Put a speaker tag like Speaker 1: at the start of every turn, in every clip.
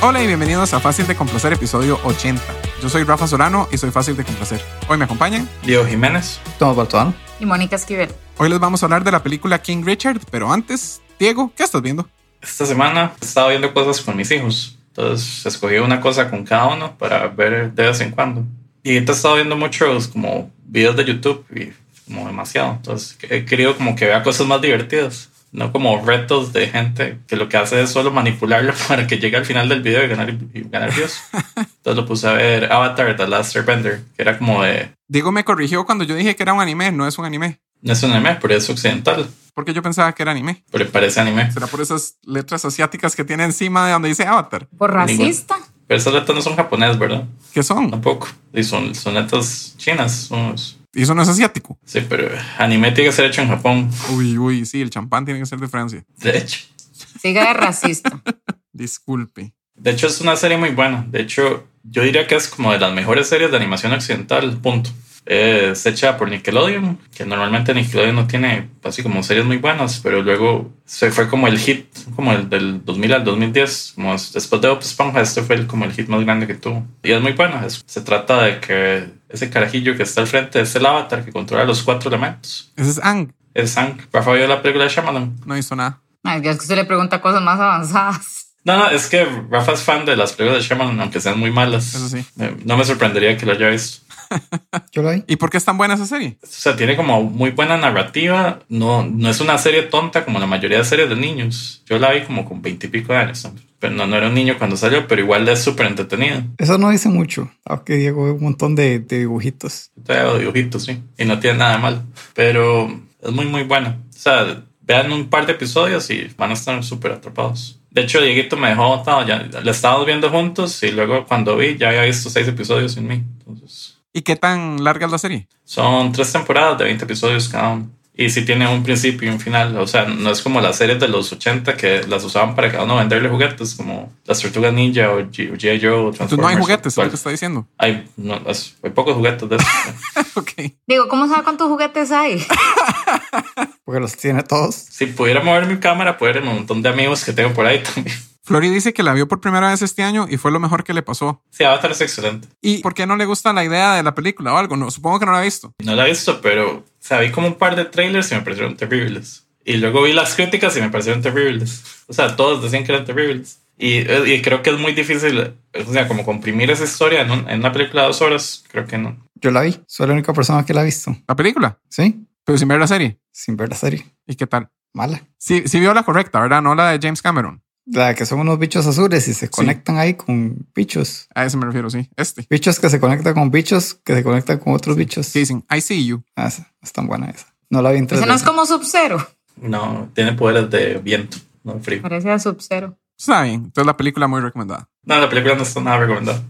Speaker 1: Hola y bienvenidos a Fácil de Complacer, episodio 80. Yo soy Rafa Solano y soy Fácil de Complacer. Hoy me acompañan.
Speaker 2: Diego Jiménez.
Speaker 3: Tomás Baltoano.
Speaker 4: y Mónica Esquivel.
Speaker 1: Hoy les vamos a hablar de la película King Richard, pero antes, Diego, ¿qué estás viendo?
Speaker 2: Esta semana he estado viendo cosas con mis hijos. Entonces escogí una cosa con cada uno para ver de vez en cuando. Y ahorita he estado viendo muchos como videos de YouTube y como demasiado. Entonces he querido como que vea cosas más divertidas. No como retos de gente que lo que hace es solo manipularlo para que llegue al final del video y ganar, y ganar views. Entonces lo puse a ver Avatar The Last Airbender, que era como de...
Speaker 1: Diego me corrigió cuando yo dije que era un anime, no es un anime.
Speaker 2: No es un anime, pero es occidental.
Speaker 1: Porque yo pensaba que era anime.
Speaker 2: Pero parece anime.
Speaker 1: ¿Será por esas letras asiáticas que tiene encima de donde dice Avatar?
Speaker 4: Por racista.
Speaker 2: Pero esas letras no son japonés, ¿verdad?
Speaker 1: ¿Qué son?
Speaker 2: Tampoco. Y son, son letras chinas. son-
Speaker 1: Y eso no es asiático.
Speaker 2: sí, pero anime tiene que ser hecho en Japón.
Speaker 1: Uy, uy, sí, el champán tiene que ser de Francia.
Speaker 2: De hecho.
Speaker 4: Siga de racista.
Speaker 1: Disculpe.
Speaker 2: De hecho, es una serie muy buena. De hecho, yo diría que es como de las mejores series de animación occidental. Punto. Es hecha por Nickelodeon, que normalmente Nickelodeon no tiene así como series muy buenas, pero luego se fue como el hit, como el del 2000 al 2010, como es- después de Bob Esponja, este fue el- como el hit más grande que tuvo. Y es muy buena. Es- se trata de que ese carajillo que está al frente es el avatar que controla los cuatro elementos.
Speaker 1: Ese es Ang.
Speaker 2: Es Sang. Rafa vio la película de Shyamalan.
Speaker 1: No hizo nada.
Speaker 4: Ay, Dios, que usted le pregunta cosas más avanzadas.
Speaker 2: No, no, es que Rafa es fan de las películas de Shyamalan, aunque sean muy malas.
Speaker 1: Eso sí.
Speaker 2: Eh, No me sorprendería que lo haya visto.
Speaker 3: Yo lo vi.
Speaker 1: ¿Y por qué es tan buena esa serie?
Speaker 2: O sea, tiene como muy buena narrativa. No, no es una serie tonta como la mayoría de series de niños. Yo la vi como con veintipico de años. ¿no? Pero no, no era un niño cuando salió, pero igual es súper entretenida.
Speaker 3: Eso no dice mucho. Aunque Diego ve un montón de, de dibujitos.
Speaker 2: Yo te hago dibujitos, sí. Y no tiene nada de malo. Pero es muy, muy buena. O sea, vean un par de episodios y van a estar súper atrapados. De hecho, Dieguito me dejó botado. Ya, la estábamos viendo juntos y luego cuando vi, ya había visto seis episodios sin mí. Entonces,
Speaker 1: ¿Y qué tan larga es la serie?
Speaker 2: son tres temporadas de 20 episodios cada uno. Y sí tiene un principio y un final. O sea, no es como las series de los 80 que las usaban para cada uno venderle juguetes, como las Tortugas Ninja o G- o G.I. Joe. o
Speaker 1: Entonces no hay
Speaker 2: Transformers,
Speaker 1: juguetes, es lo
Speaker 2: cual-
Speaker 1: que está diciendo.
Speaker 2: Hay, no, es- hay pocos juguetes de eso.
Speaker 1: ok.
Speaker 4: Digo, ¿cómo sabe cuántos juguetes hay?
Speaker 3: Porque los tiene todos.
Speaker 2: Si pudiera mover mi cámara, pudiera ver un montón de amigos que tengo por ahí también.
Speaker 1: Flori dice que la vio por primera vez este año y fue lo mejor que le pasó.
Speaker 2: Sí, Avatar es excelente.
Speaker 1: ¿Y por qué no le gusta la idea de la película o algo? No, supongo que no la ha visto.
Speaker 2: No la he visto, pero o sea, vi como un par de trailers y me parecieron terribles. Y luego vi las críticas y me parecieron terribles. O sea, todos decían que eran terribles. Y, y creo que es muy difícil, o sea, como comprimir esa historia en, un- en una película de dos horas. Creo que no.
Speaker 3: Yo la vi. Soy la única persona que la ha visto.
Speaker 1: La película,
Speaker 3: ¿Sí?
Speaker 1: pero sin ver la serie.
Speaker 3: Sin ver la serie.
Speaker 1: ¿Y qué tal?
Speaker 3: Mala.
Speaker 1: Sí, sí vio la correcta, ¿verdad? No la de James Cameron.
Speaker 3: La que son unos bichos azules y se conectan ahí con bichos.
Speaker 1: A eso me refiero, sí. Este.
Speaker 3: Bichos que se conectan con bichos que se conectan con otros bichos.
Speaker 1: Que dicen, I see you.
Speaker 3: Ah, esa. Es tan buena esa. No la vi en tres
Speaker 4: Ese no es
Speaker 3: veces.
Speaker 4: como Sub-Zero.
Speaker 2: No, tiene poderes de viento, no de frío.
Speaker 4: Parece a Sub-Zero.
Speaker 1: Está bien. Entonces la película muy recomendada.
Speaker 2: No, la película no está nada recomendada.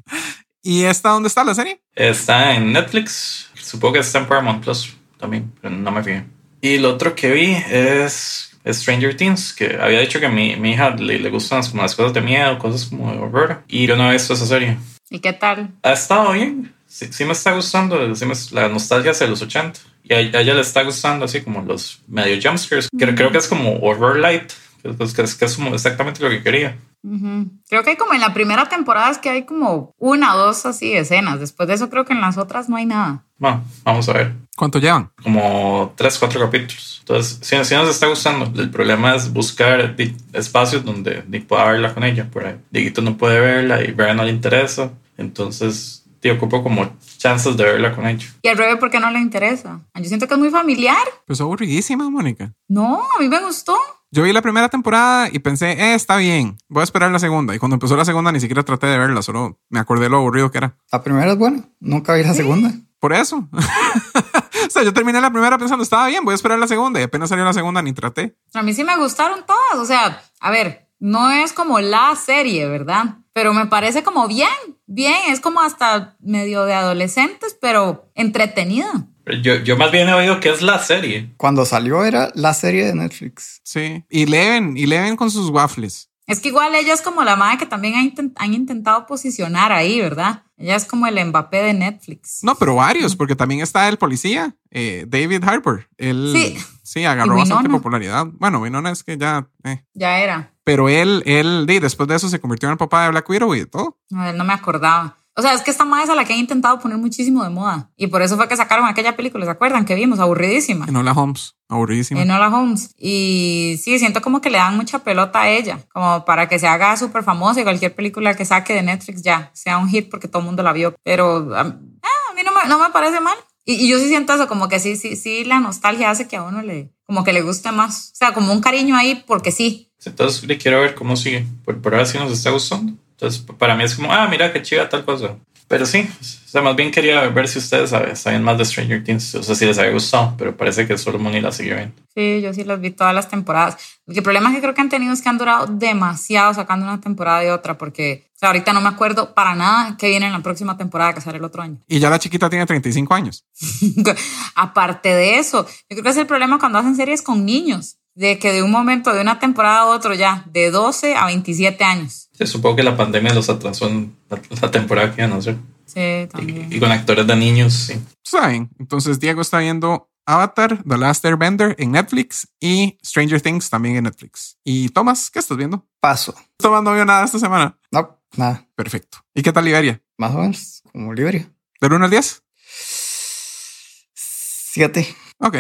Speaker 1: ¿Y esta dónde está la serie?
Speaker 2: Está en Netflix. Supongo que está en Paramount Plus también, pero no me fijé. Y lo otro que vi es Stranger Things, que había dicho que a mi, mi hija le, le gustan las- como las cosas de miedo, cosas como de horror. Y yo no he visto esa serie.
Speaker 4: ¿Y qué tal?
Speaker 2: Ha estado bien. Sí, sí me está gustando. sí me- la nostalgia hacia los 80. Y a, a ella le está gustando así como los medio jumpscares. Creo, creo que es como horror light. que es- Que es, que es como exactamente lo que quería.
Speaker 4: Ujú. Creo que como en la primera temporada es que hay como una o dos así escenas. Después de eso creo que en las otras no hay nada.
Speaker 2: Bueno, vamos a ver.
Speaker 1: ¿Cuánto llevan?
Speaker 2: como tres, cuatro capítulos. Entonces, si, si nos está gustando, el problema es buscar di- espacios donde ni pueda verla con ella. Por ahí, Dieguito no puede verla y Vera no le interesa. Entonces, te ocupo como chances de verla con ella.
Speaker 4: Y al revés, ¿por qué no le interesa? Yo siento que es muy familiar.
Speaker 1: Pues aburridísima, Mónica.
Speaker 4: No, a mí me gustó.
Speaker 1: Yo vi la primera temporada y pensé, eh, está bien, voy a esperar la segunda. Y cuando empezó la segunda ni siquiera traté de verla, solo me acordé lo aburrido que era.
Speaker 3: La primera es buena. Nunca vi la segunda.
Speaker 1: Por eso. o sea, yo terminé la primera pensando, estaba bien, voy a esperar la segunda. Y apenas salió la segunda, ni traté.
Speaker 4: A mí sí me gustaron todas. O sea, a ver, no es como la serie, ¿verdad? Pero me parece como bien, bien. Es como hasta medio de adolescentes, pero entretenida.
Speaker 2: Pero Yo, yo más bien he oído que es la serie.
Speaker 3: Cuando salió era la serie de Netflix.
Speaker 1: Sí. Y Leven, y Leven con sus waffles.
Speaker 4: Es que igual ella es como la madre que también ha intent- han intentado posicionar ahí, ¿verdad? Ella es como el Mbappé de Netflix.
Speaker 1: No, pero varios, porque también está el policía, eh, David Harper. Él sí,
Speaker 4: Sí.
Speaker 1: agarró
Speaker 4: Y
Speaker 1: bastante
Speaker 4: Winona.
Speaker 1: popularidad. Bueno, Winona es que ya. eh.
Speaker 4: Ya era.
Speaker 1: Pero él, él, di, después de eso se convirtió en el papá de Black Widow y de todo.
Speaker 4: A ver, no me acordaba. O sea, es que esta madre es a la que han intentado poner muchísimo de moda. Y por eso fue que sacaron aquella película, ¿se acuerdan? Que vimos, aburridísima.
Speaker 1: Enola Holmes, aburridísima.
Speaker 4: Enola Holmes. Y sí, siento como que le dan mucha pelota a ella, como para que se haga súper famosa y cualquier película que saque de Netflix ya sea un hit porque todo el mundo la vio. Pero a, ah, a mí no me, no me parece mal. Y, y yo sí siento eso, como que sí, sí, sí, la nostalgia hace que a uno le, como que le guste más. O sea, como un cariño ahí porque sí.
Speaker 2: Entonces le quiero ver cómo sigue. Por, por ahora sí nos está gustando. Entonces p- para mí es como, ah, mira qué chida tal cosa. Pero sí, o sea, más bien quería ver si ustedes sabe- saben más de Stranger Things. O sea, si les había gustado, pero parece que solo Moni la sigue viendo.
Speaker 4: Sí, yo sí las vi todas las temporadas. El problema que creo que han tenido es que han durado demasiado sacando una temporada de otra porque, o sea, ahorita no me acuerdo para nada qué viene en la próxima temporada que sale el otro año.
Speaker 1: Y ya la chiquita tiene 35 años.
Speaker 4: Aparte de eso, yo creo que es el problema cuando hacen series con niños, de que de un momento, de una temporada a otro ya, de 12 a 27 años.
Speaker 2: Sí, supongo que la pandemia los atrasó en la, la temporada que iban a hacer.
Speaker 4: Sí,
Speaker 2: Y,
Speaker 4: también.
Speaker 2: y con actores de niños, sí.
Speaker 1: Saben, entonces Diego está viendo Avatar, The Last Airbender en Netflix y Stranger Things también en Netflix. Y Tomás, ¿qué estás viendo?
Speaker 3: Paso.
Speaker 1: Tomás no vio nada esta semana.
Speaker 3: No, nada.
Speaker 1: Perfecto. ¿Y qué tal Liberia?
Speaker 3: Más o menos, como Liberia.
Speaker 1: ¿Del 1 al 10?
Speaker 3: Siete.
Speaker 1: Ok,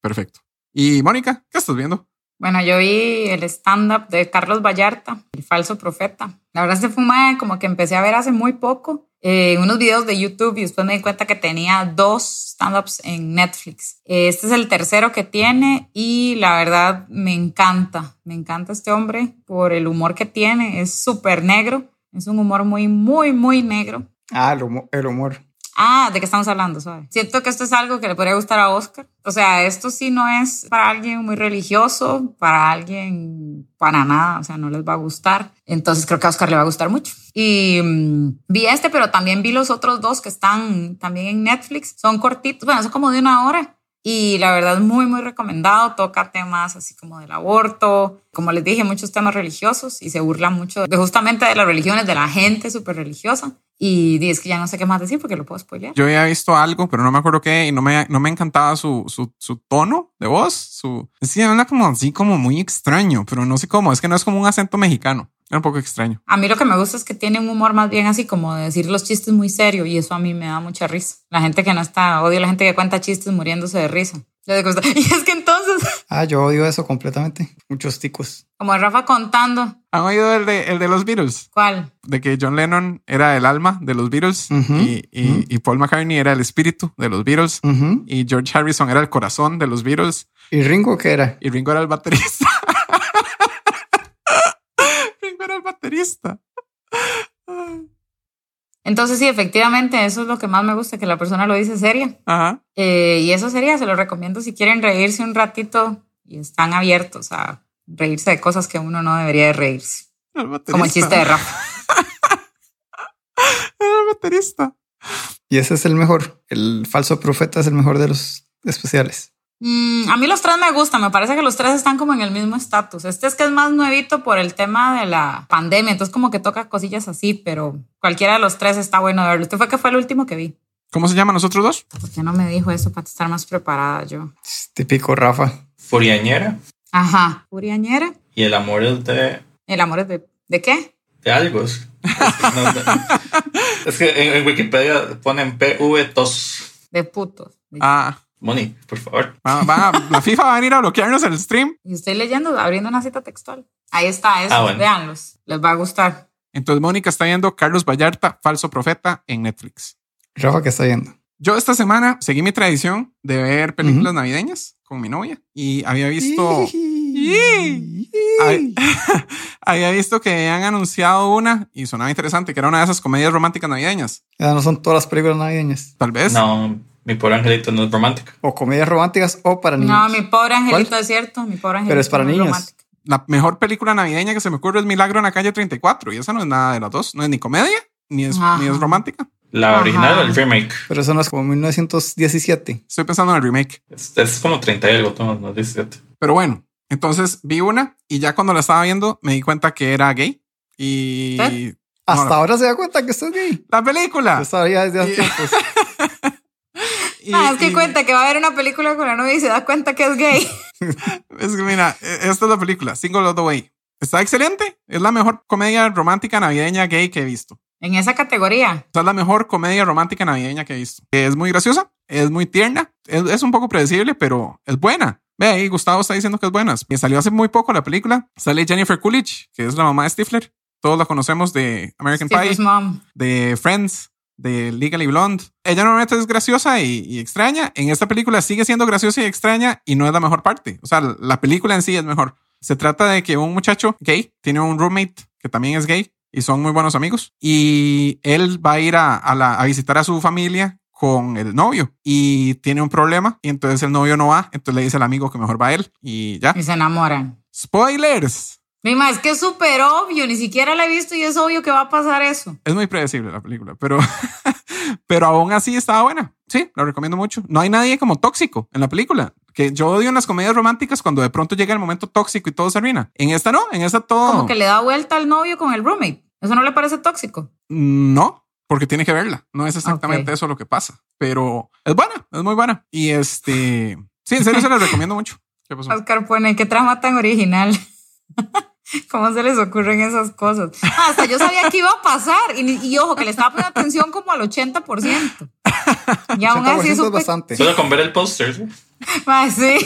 Speaker 1: perfecto. ¿Y Mónica, qué estás viendo?
Speaker 4: Bueno, yo vi el stand-up de Carlos Vallarta, el falso profeta. La verdad se fuma como que empecé a ver hace muy poco eh, unos videos de YouTube y después me di cuenta que tenía dos stand-ups en Netflix. Eh, Este es el tercero que tiene y la verdad me encanta, me encanta este hombre por el humor que tiene, es súper negro, es un humor muy, muy, muy negro.
Speaker 3: Ah, el humor. El humor.
Speaker 4: Ah, ¿de qué estamos hablando? Suave? Siento que esto es algo que le podría gustar a Oscar. O sea, esto sí no es para alguien muy religioso, para alguien para nada, o sea, no les va a gustar. Entonces creo que a Oscar le va a gustar mucho. Y mm, vi este, pero también vi los otros dos que están también en Netflix. Son cortitos, bueno, son como de una hora. Y la verdad, muy, muy recomendado. Toca temas así como del aborto, como les dije, muchos temas religiosos y se burla mucho de justamente de las religiones, de la gente súper religiosa. Y di, es que ya no sé qué más decir porque lo puedo spoilear.
Speaker 1: Yo había visto algo, pero no me acuerdo qué, y no me, no me encantaba su, su, su tono de voz. Su, sí, habla como así, como muy extraño, pero no sé cómo. Es que no es como un acento mexicano. Era un poco extraño.
Speaker 4: A mí lo que me gusta es que tiene un humor más bien así como de decir los chistes muy serio y eso a mí me da mucha risa. La gente que no está, odio la gente que cuenta chistes muriéndose de risa. Yo digo, Y es que entonces,
Speaker 3: Ah, yo odio eso completamente. Muchos ticos.
Speaker 4: como Rafa contando,
Speaker 1: ¿Han oído el de, el de los Beatles?
Speaker 4: ¿cuál?
Speaker 1: De que John Lennon era el alma de los Beatles
Speaker 3: Ujú,
Speaker 1: y, y-
Speaker 3: ujú.
Speaker 1: y Paul McCartney era el espíritu de los Beatles
Speaker 3: Ujú.
Speaker 1: y George Harrison era el corazón de los Beatles
Speaker 3: ¿Y Ringo qué era?
Speaker 1: y Ringo era el baterista. Ringo era el baterista.
Speaker 4: Entonces sí, efectivamente, eso es lo que más me gusta, que la persona lo dice seria.
Speaker 1: Ajá.
Speaker 4: Eh, y eso sería, se lo recomiendo si quieren reírse un ratito y están abiertos a reírse de cosas que uno no debería de reírse.
Speaker 1: Era el baterista.
Speaker 4: Como el chiste de Rafa.
Speaker 1: Era el baterista.
Speaker 3: Y ese es el mejor. El falso profeta es el mejor de los especiales.
Speaker 4: Mm, a mí los tres me gustan, me parece que los tres están como en el mismo estatus. Este es que es más nuevito por el tema de la pandemia, entonces como que toca cosillas así, pero cualquiera de los tres está bueno de verlo. Este fue que fue el último que vi.
Speaker 1: ¿Cómo se llaman nosotros dos?
Speaker 4: ¿Por qué no me dijo eso para estar más preparada yo?
Speaker 3: Es típico Rafa.
Speaker 2: Furiañera
Speaker 4: Ajá. Curiañera,
Speaker 2: y el amor es de,
Speaker 4: el amor es de... ¿De qué?
Speaker 2: de algo. Es, es- no, no. Es que en, en Wikipedia ponen PV tos.
Speaker 4: De putos. De-
Speaker 1: Ah,
Speaker 2: Moni, por favor.
Speaker 1: va- va- la FIFA va a venir a bloquearnos el stream.
Speaker 4: Y estoy leyendo, abriendo una cita textual. Ahí está, eso.
Speaker 2: Ah, bueno.
Speaker 4: Véanlos. Les va a gustar.
Speaker 1: Entonces Mónica está viendo Carlos Vallarta, falso profeta en Netflix.
Speaker 3: Rafa que está yendo.
Speaker 1: Yo esta semana seguí mi tradición de ver películas navideñas con mi novia y había visto Sí. Ay. había visto que habían anunciado una y sonaba interesante, que era una de esas comedias románticas navideñas.
Speaker 3: Ya no son todas las películas navideñas.
Speaker 1: Tal vez.
Speaker 2: No, mi pobre angelito no es romántico.
Speaker 3: O comedias románticas o para niños.
Speaker 4: No, mi pobre angelito, es cierto. Mi pobre angelito.
Speaker 3: Pero es para
Speaker 4: no
Speaker 3: niños.
Speaker 4: romántico.
Speaker 1: La mejor película navideña que se me ocurre es Milagro en la calle 34 y esa no es nada de las dos. No es ni comedia ni es,
Speaker 4: Ajá.
Speaker 1: ni es romántica.
Speaker 2: La
Speaker 4: Ajá.
Speaker 2: original o el remake.
Speaker 3: Pero eso no es como 1917.
Speaker 1: Estoy pensando en el remake.
Speaker 2: Es, es como 30 y algo, Tomás, no 17.
Speaker 1: Pero bueno, Entonces vi una y ya cuando la estaba viendo me di cuenta que era gay. Y
Speaker 4: ¿Eh?
Speaker 3: Hasta
Speaker 1: no, la-
Speaker 3: ahora se da cuenta que estás gay.
Speaker 1: la
Speaker 3: Yo
Speaker 1: película.
Speaker 3: sabía desde hace
Speaker 1: Y-
Speaker 3: tiempo.
Speaker 1: Y-
Speaker 4: Ah, es que
Speaker 1: y-
Speaker 4: cuenta que va a haber una película con la novia y se da cuenta que es gay.
Speaker 1: Es que mira, eh, esta es la película, Single All the Way. Está excelente. Es la mejor comedia romántica navideña gay que he visto.
Speaker 4: En esa categoría.
Speaker 1: O sea, es la mejor comedia romántica navideña que he visto. Es muy graciosa, es muy tierna, es, es un poco predecible, pero es buena. Ve ahí, Gustavo está diciendo que es buena. Me salió hace muy poco la película. Sale Jennifer Coolidge, que es la mamá de Stifler. Todos la conocemos de American
Speaker 4: Stephen's
Speaker 1: Pie,
Speaker 4: mom.
Speaker 1: de Friends, de Legally Blonde. Ella normalmente es graciosa y, y extraña. En esta película sigue siendo graciosa y extraña y no es la mejor parte. O sea, la película en sí es mejor. Se trata de que un muchacho gay tiene un roommate que también es gay y son muy buenos amigos. Y él va a ir a, a la- a visitar a su familia con el novio y tiene un problema y entonces el novio no va. Entonces le dice al amigo que mejor va él y ya.
Speaker 4: Y se enamoran.
Speaker 1: Spoilers.
Speaker 4: Mi ma, es que es súper obvio, ni siquiera la he visto y es obvio que va a pasar eso.
Speaker 1: Es muy predecible la película, pero, pero aún así estaba buena. Sí, la recomiendo mucho. No hay nadie como tóxico en la película. Que yo odio en las comedias románticas cuando de pronto llega el momento tóxico y todo se arruina. En esta no, en esta todo.
Speaker 4: Como que le da vuelta al novio con el roommate. ¿Eso no le parece tóxico?
Speaker 1: No, porque tiene que verla. No es exactamente eso lo que pasa, pero es buena, es muy buena. Y este, sí, en serio se la recomiendo mucho. ¿Qué pasó?
Speaker 4: Oscar pone, qué trama tan original. ¿Cómo se les ocurren esas cosas? Ah, Hasta yo sabía que iba a pasar y, ni- y ojo, que le estaba poniendo atención como al 80%. Y aún así
Speaker 3: 80% es
Speaker 4: supe,
Speaker 3: bastante.
Speaker 2: Solo con ver el póster. ¿sí?
Speaker 4: Ma, sí.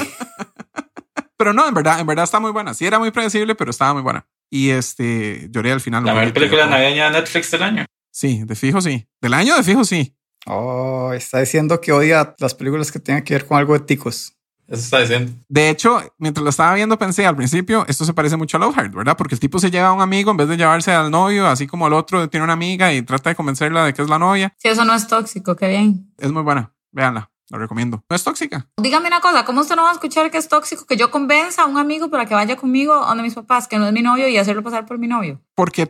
Speaker 1: Pero no, en verdad, en verdad está muy buena. Sí era muy predecible, pero estaba muy buena. Y este, lloré al final.
Speaker 2: La
Speaker 1: un
Speaker 2: mejor
Speaker 1: poquito.
Speaker 2: película navideña de Netflix del año.
Speaker 1: Sí, de fijo sí. Del año de fijo sí.
Speaker 3: Oh, está diciendo que odia las películas que tengan que ver con algo de ticos.
Speaker 2: Eso está diciendo.
Speaker 1: De hecho, mientras lo estaba viendo, pensé al principio, esto se parece mucho a Love Hard, ¿verdad? Porque el tipo se lleva a un amigo en vez de llevarse al novio, así como el otro tiene una amiga y trata de convencerla de que es la novia.
Speaker 4: Sí, eso no es tóxico, qué bien.
Speaker 1: Es muy buena. Véanla, la recomiendo. No es tóxica.
Speaker 4: Dígame una cosa, ¿cómo usted no va a escuchar que es tóxico que yo convenza a un amigo para que vaya conmigo a donde mis papás, que no es mi novio, y hacerlo pasar por mi novio?
Speaker 1: Porque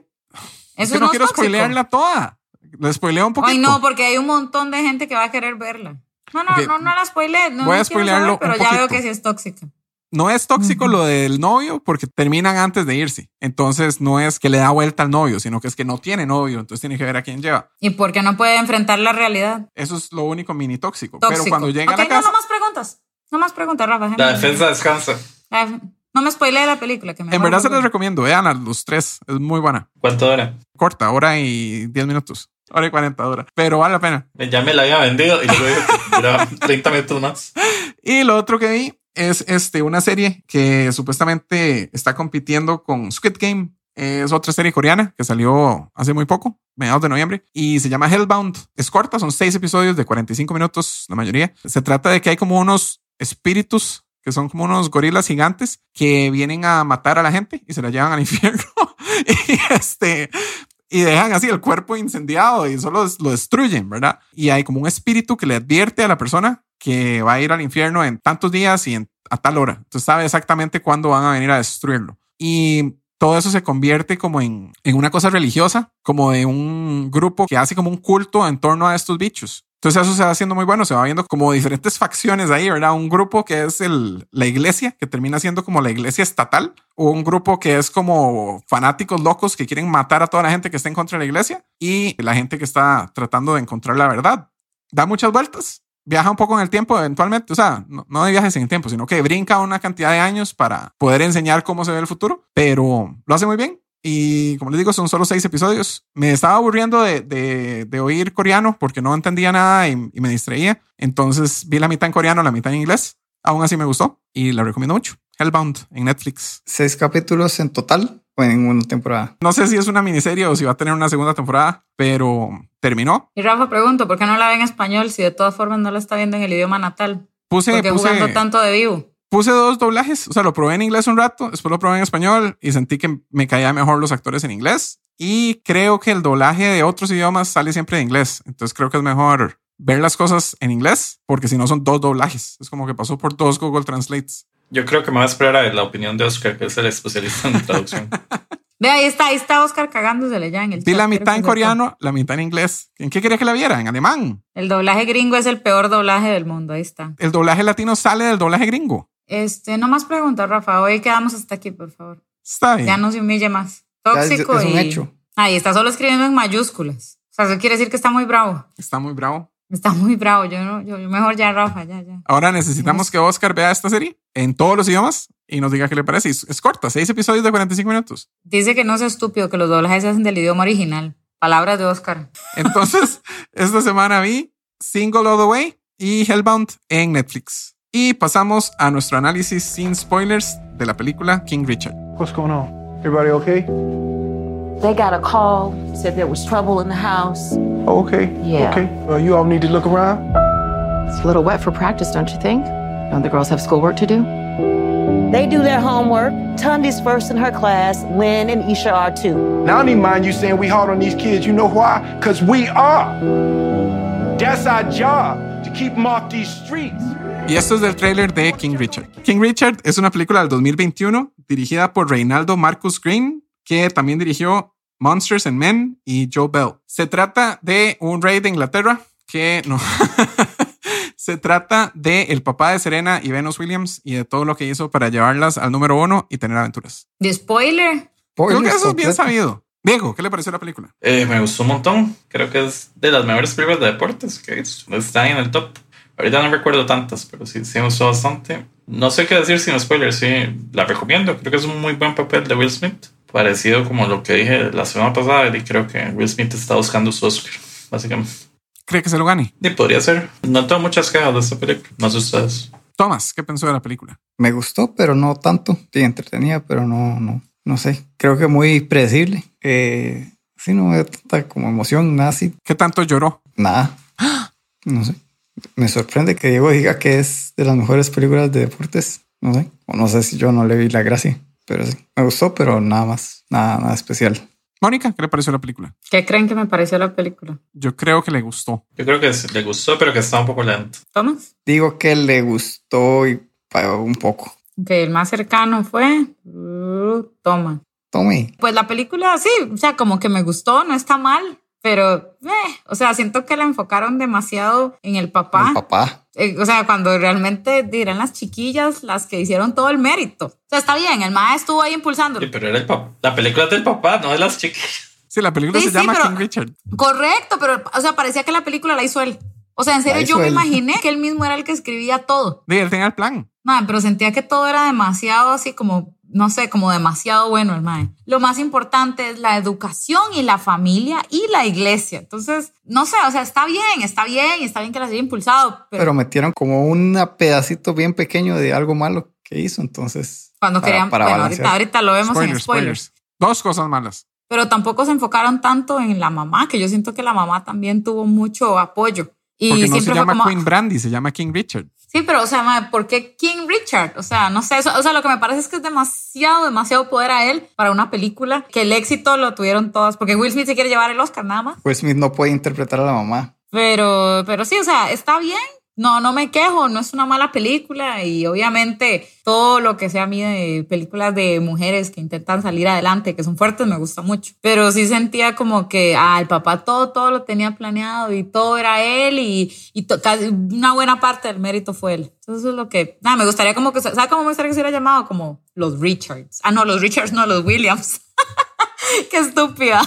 Speaker 1: es
Speaker 4: Eso
Speaker 1: que no
Speaker 4: no, es
Speaker 1: quiero
Speaker 4: tóxico.
Speaker 1: spoilearla toda. La spoileo un poquito.
Speaker 4: Ay, no, pues, porque hay un montón de gente que va a querer verla. No, no,
Speaker 1: Ok.
Speaker 4: no, no la spoilé. No,
Speaker 1: Voy a
Speaker 4: no quiero
Speaker 1: spoilearlo
Speaker 4: saber,
Speaker 1: un
Speaker 4: pero ya veo
Speaker 1: poquito.
Speaker 4: que sí es tóxica.
Speaker 1: No es tóxico
Speaker 4: Ujú.
Speaker 1: lo del novio porque terminan antes de irse. Entonces no es que le da vuelta al novio, sino que es que no tiene novio. Entonces tiene que ver a quién lleva.
Speaker 4: Y porque no puede enfrentar la realidad.
Speaker 1: Eso es lo único mini tóxico.
Speaker 4: Tóxico.
Speaker 1: Pero cuando llega
Speaker 4: Ok,
Speaker 1: a la casa,
Speaker 4: no, no más preguntas. No más preguntas, Rafa.
Speaker 2: La
Speaker 4: déjame-
Speaker 2: defensa descansa.
Speaker 4: La def- No me spoilé la película. Que me
Speaker 1: en
Speaker 4: va a
Speaker 1: verdad se
Speaker 4: volver.
Speaker 1: les recomiendo. Vean a los tres. Es muy buena.
Speaker 2: ¿Cuánto dura?
Speaker 1: corta, hora y 10 minutos, hora y 40 horas, pero vale la pena.
Speaker 2: Ya me la había vendido y luego dijo que duraba 30 minutos más.
Speaker 1: Y lo otro que vi es este, una serie que supuestamente está compitiendo con Squid Game. Es otra serie coreana que salió hace muy poco, mediados de noviembre, y se llama Hellbound. Es corta, son seis episodios de 45 minutos, la mayoría. Se trata de que hay como unos espíritus que son como unos gorilas gigantes que vienen a matar a la gente y se la llevan al infierno. y este, y dejan así el cuerpo incendiado y solo lo destruyen, ¿verdad? Y hay como un espíritu que le advierte a la persona que va a ir al infierno en tantos días y en- a tal hora. Entonces sabe exactamente cuándo van a venir a destruirlo. Y todo eso se convierte como en, en una cosa religiosa, como de un grupo que hace como un culto en torno a estos bichos. Entonces eso se va haciendo muy bueno, se va viendo como diferentes facciones ahí, ¿verdad? Un grupo que es el, la iglesia, que termina siendo como la iglesia estatal, o un grupo que es como fanáticos locos que quieren matar a toda la gente que está en contra de la iglesia y la gente que está tratando de encontrar la verdad. Da muchas vueltas, viaja un poco en el tiempo eventualmente, o sea, no, no de viajes en el tiempo, sino que brinca una cantidad de años para poder enseñar cómo se ve el futuro, pero lo hace muy bien. Y como les digo, son solo seis episodios. Me estaba aburriendo de, de- de oír coreano porque no entendía nada y, y me distraía. Entonces vi la mitad en coreano, la mitad en inglés. Aún así me gustó y la recomiendo mucho. Hellbound en Netflix.
Speaker 3: Seis capítulos en total o en una temporada.
Speaker 1: No sé si es una miniserie o si va a tener una segunda temporada, pero terminó.
Speaker 4: Y Rafa pregunto, ¿por qué no la ve en español si de todas formas no la está viendo en el idioma natal?
Speaker 1: Puse,
Speaker 4: porque jugando
Speaker 1: puse,
Speaker 4: tanto de vivo.
Speaker 1: puse dos doblajes. O sea, lo probé en inglés un rato, después lo probé en español y sentí que me caía mejor los actores en inglés. Y creo que el doblaje de otros idiomas sale siempre de inglés. Entonces creo que es mejor ver las cosas en inglés porque si no son dos doblajes. Es como que pasó por dos Google Translates.
Speaker 2: Yo creo que me voy a esperar a la opinión de Oscar, que es el especialista en traducción.
Speaker 4: Ve, ahí está, ahí está Oscar cagándosele ya en el
Speaker 1: Vi
Speaker 4: chat,
Speaker 1: la
Speaker 4: creo
Speaker 1: mitad
Speaker 4: que
Speaker 1: en
Speaker 4: es el top.
Speaker 1: coreano, la mitad en inglés. ¿En qué quería que la viera? En alemán.
Speaker 4: El doblaje gringo es el peor doblaje del mundo, ahí está.
Speaker 1: El doblaje latino sale del doblaje gringo.
Speaker 4: Este, no más preguntas, Rafa. Hoy quedamos hasta aquí, por favor.
Speaker 1: Está bien.
Speaker 4: Ya no se humille más.
Speaker 3: Ya es-
Speaker 4: Tóxico
Speaker 3: es un
Speaker 4: y.
Speaker 3: hecho.
Speaker 4: Ahí está solo escribiendo en mayúsculas. O sea, eso quiere decir que está muy bravo.
Speaker 1: Está muy bravo.
Speaker 4: Está muy bravo. Yo, no, yo, yo mejor ya, Rafa, ya, ya.
Speaker 1: Ahora necesitamos que Oscar vea esta serie en todos los idiomas y nos diga qué le parece. Y Es es corta, seis episodios de 45 minutos.
Speaker 4: Dice que no sea estúpido, que los doblajes se hacen del idioma original. Palabras de Oscar.
Speaker 1: Entonces, esta semana vi Single All the Way y Hellbound en Netflix. Y pasamos a nuestro análisis sin spoilers de la película King Richard.
Speaker 5: What's going on? Everybody okay?
Speaker 6: They got a call, said there was trouble in the house.
Speaker 5: Oh, okay.
Speaker 6: Yeah.
Speaker 5: Okay. Uh, you all need to look around.
Speaker 6: It's a little wet for practice, don't you think? Don't the girls have schoolwork to do? They do their homework. Tundi's first in her class. Lynn and Isha are too.
Speaker 5: Now I don't even mind you saying we hard on these kids. You know why? Because we are. That's our job to keep them off these streets.
Speaker 1: Y esto es del tráiler de King Richard. King Richard es una película del 2021 dirigida por Reinaldo Marcus Green, que también dirigió Monsters and Men y Joe Bell. Se trata de un rey de Inglaterra que no. Se trata de el papá de Serena y Venus Williams y de todo lo que hizo para llevarlas al número uno y tener aventuras.
Speaker 4: De spoiler.
Speaker 1: Creo que
Speaker 3: Spoilers
Speaker 1: eso es bien
Speaker 3: completo.
Speaker 1: sabido. Diego, ¿qué le pareció la película?
Speaker 2: Eh, me gustó un montón. Creo que es de las mejores películas de deportes que es- está ahí en el top. Ahorita no recuerdo tantas, pero sí, sí me gustó bastante. No sé qué decir sin spoilers, sí, la recomiendo. Creo que es un muy buen papel de Will Smith. Parecido como lo que dije la semana pasada, y creo que Will Smith está buscando su Oscar, básicamente.
Speaker 1: ¿Cree que se lo gane?
Speaker 2: Y podría ser. No tengo muchas quejas de esta película, no sé ustedes.
Speaker 1: Thomas, ¿qué pensó de la película?
Speaker 3: Me gustó, pero no tanto. Sí, entretenida, pero no, no, no sé. Creo que muy predecible. Eh, sí, no me da tanta como emoción, nada así.
Speaker 1: ¿Qué tanto lloró?
Speaker 3: Nada. No sé. Me sorprende que Diego diga que es de las mejores películas de deportes. No sé. O no sé si yo no le vi la gracia. Pero sí. Me gustó, pero nada más. Nada, nada especial.
Speaker 1: Mónica, ¿qué le pareció la película?
Speaker 4: ¿Qué creen que me pareció la película?
Speaker 1: Yo creo que le gustó.
Speaker 2: Yo creo que sí, le gustó, pero que está un poco lento.
Speaker 4: Thomas.
Speaker 3: Digo que le gustó y pagó un poco.
Speaker 4: Ok, el más cercano fue. uh, Toma.
Speaker 3: Tome.
Speaker 4: Pues la película, sí, o sea, como que me gustó, no está mal, pero, eh, o sea, siento que la enfocaron demasiado en el papá.
Speaker 3: El papá.
Speaker 4: Eh, o sea, cuando realmente dirán las chiquillas las que hicieron todo el mérito. O sea, está bien, el maestro estuvo ahí impulsando.
Speaker 2: Sí, pero era el pap- la película es del papá, no de las chicas.
Speaker 1: Sí, la película
Speaker 4: Sí,
Speaker 1: se
Speaker 4: sí,
Speaker 1: llama
Speaker 4: pero-
Speaker 1: King Richard.
Speaker 4: Correcto, pero, o sea, parecía que la película la hizo él. O sea, en serio,
Speaker 3: La
Speaker 4: yo
Speaker 3: hizo
Speaker 4: me
Speaker 3: él.
Speaker 4: imaginé que él mismo era el que escribía todo.
Speaker 1: Sí, él tenía el plan.
Speaker 4: Mae, pero sentía que todo era demasiado así como, no sé, como demasiado bueno el mae. Lo más importante es la educación y la familia y la iglesia. Entonces, no sé, o sea, está bien, está bien, está bien que las haya impulsado, pero,
Speaker 3: Pero metieron como un pedacito bien pequeño de algo malo que hizo. Entonces.
Speaker 4: cuando
Speaker 3: para-
Speaker 4: querían,
Speaker 3: para
Speaker 4: bueno,
Speaker 3: balancear.
Speaker 4: ahorita, ahorita lo vemos en
Speaker 1: Spoilers,
Speaker 4: spoilers.
Speaker 1: spoilers. Dos cosas malas.
Speaker 4: pero tampoco se enfocaron tanto en la mamá, que yo siento que la mamá también tuvo mucho apoyo. Y
Speaker 1: Porque no
Speaker 4: siempre
Speaker 1: se
Speaker 4: fue
Speaker 1: llama
Speaker 4: como,
Speaker 1: Queen Brandy, se llama King Richard.
Speaker 4: Sí, pero, o sea, mae, ¿por qué King Richard? O sea, no sé, eso- o sea, lo que me parece es que es demasiado, demasiado poder a él para una película, que el éxito lo tuvieron todas, porque Will Smith se quiere llevar el Oscar nada más.
Speaker 3: Will Pues Smith no puede interpretar a la mamá.
Speaker 4: Pero, pero sí, o sea, está bien. No, no me quejo, no es una mala película y obviamente todo lo que sea a mí de películas de mujeres que intentan salir adelante, que son fuertes, me gusta mucho. Pero sí sentía como que, ah, el papá todo, todo lo tenía planeado y todo era él y, y to- casi una buena parte del mérito fue él. Entonces eso es lo que, nada, me gustaría como que, ¿sabes cómo me gustaría que se hubiera llamado? Como los Richards. Ah, no, los Richards, no, los Williams. Qué estúpida.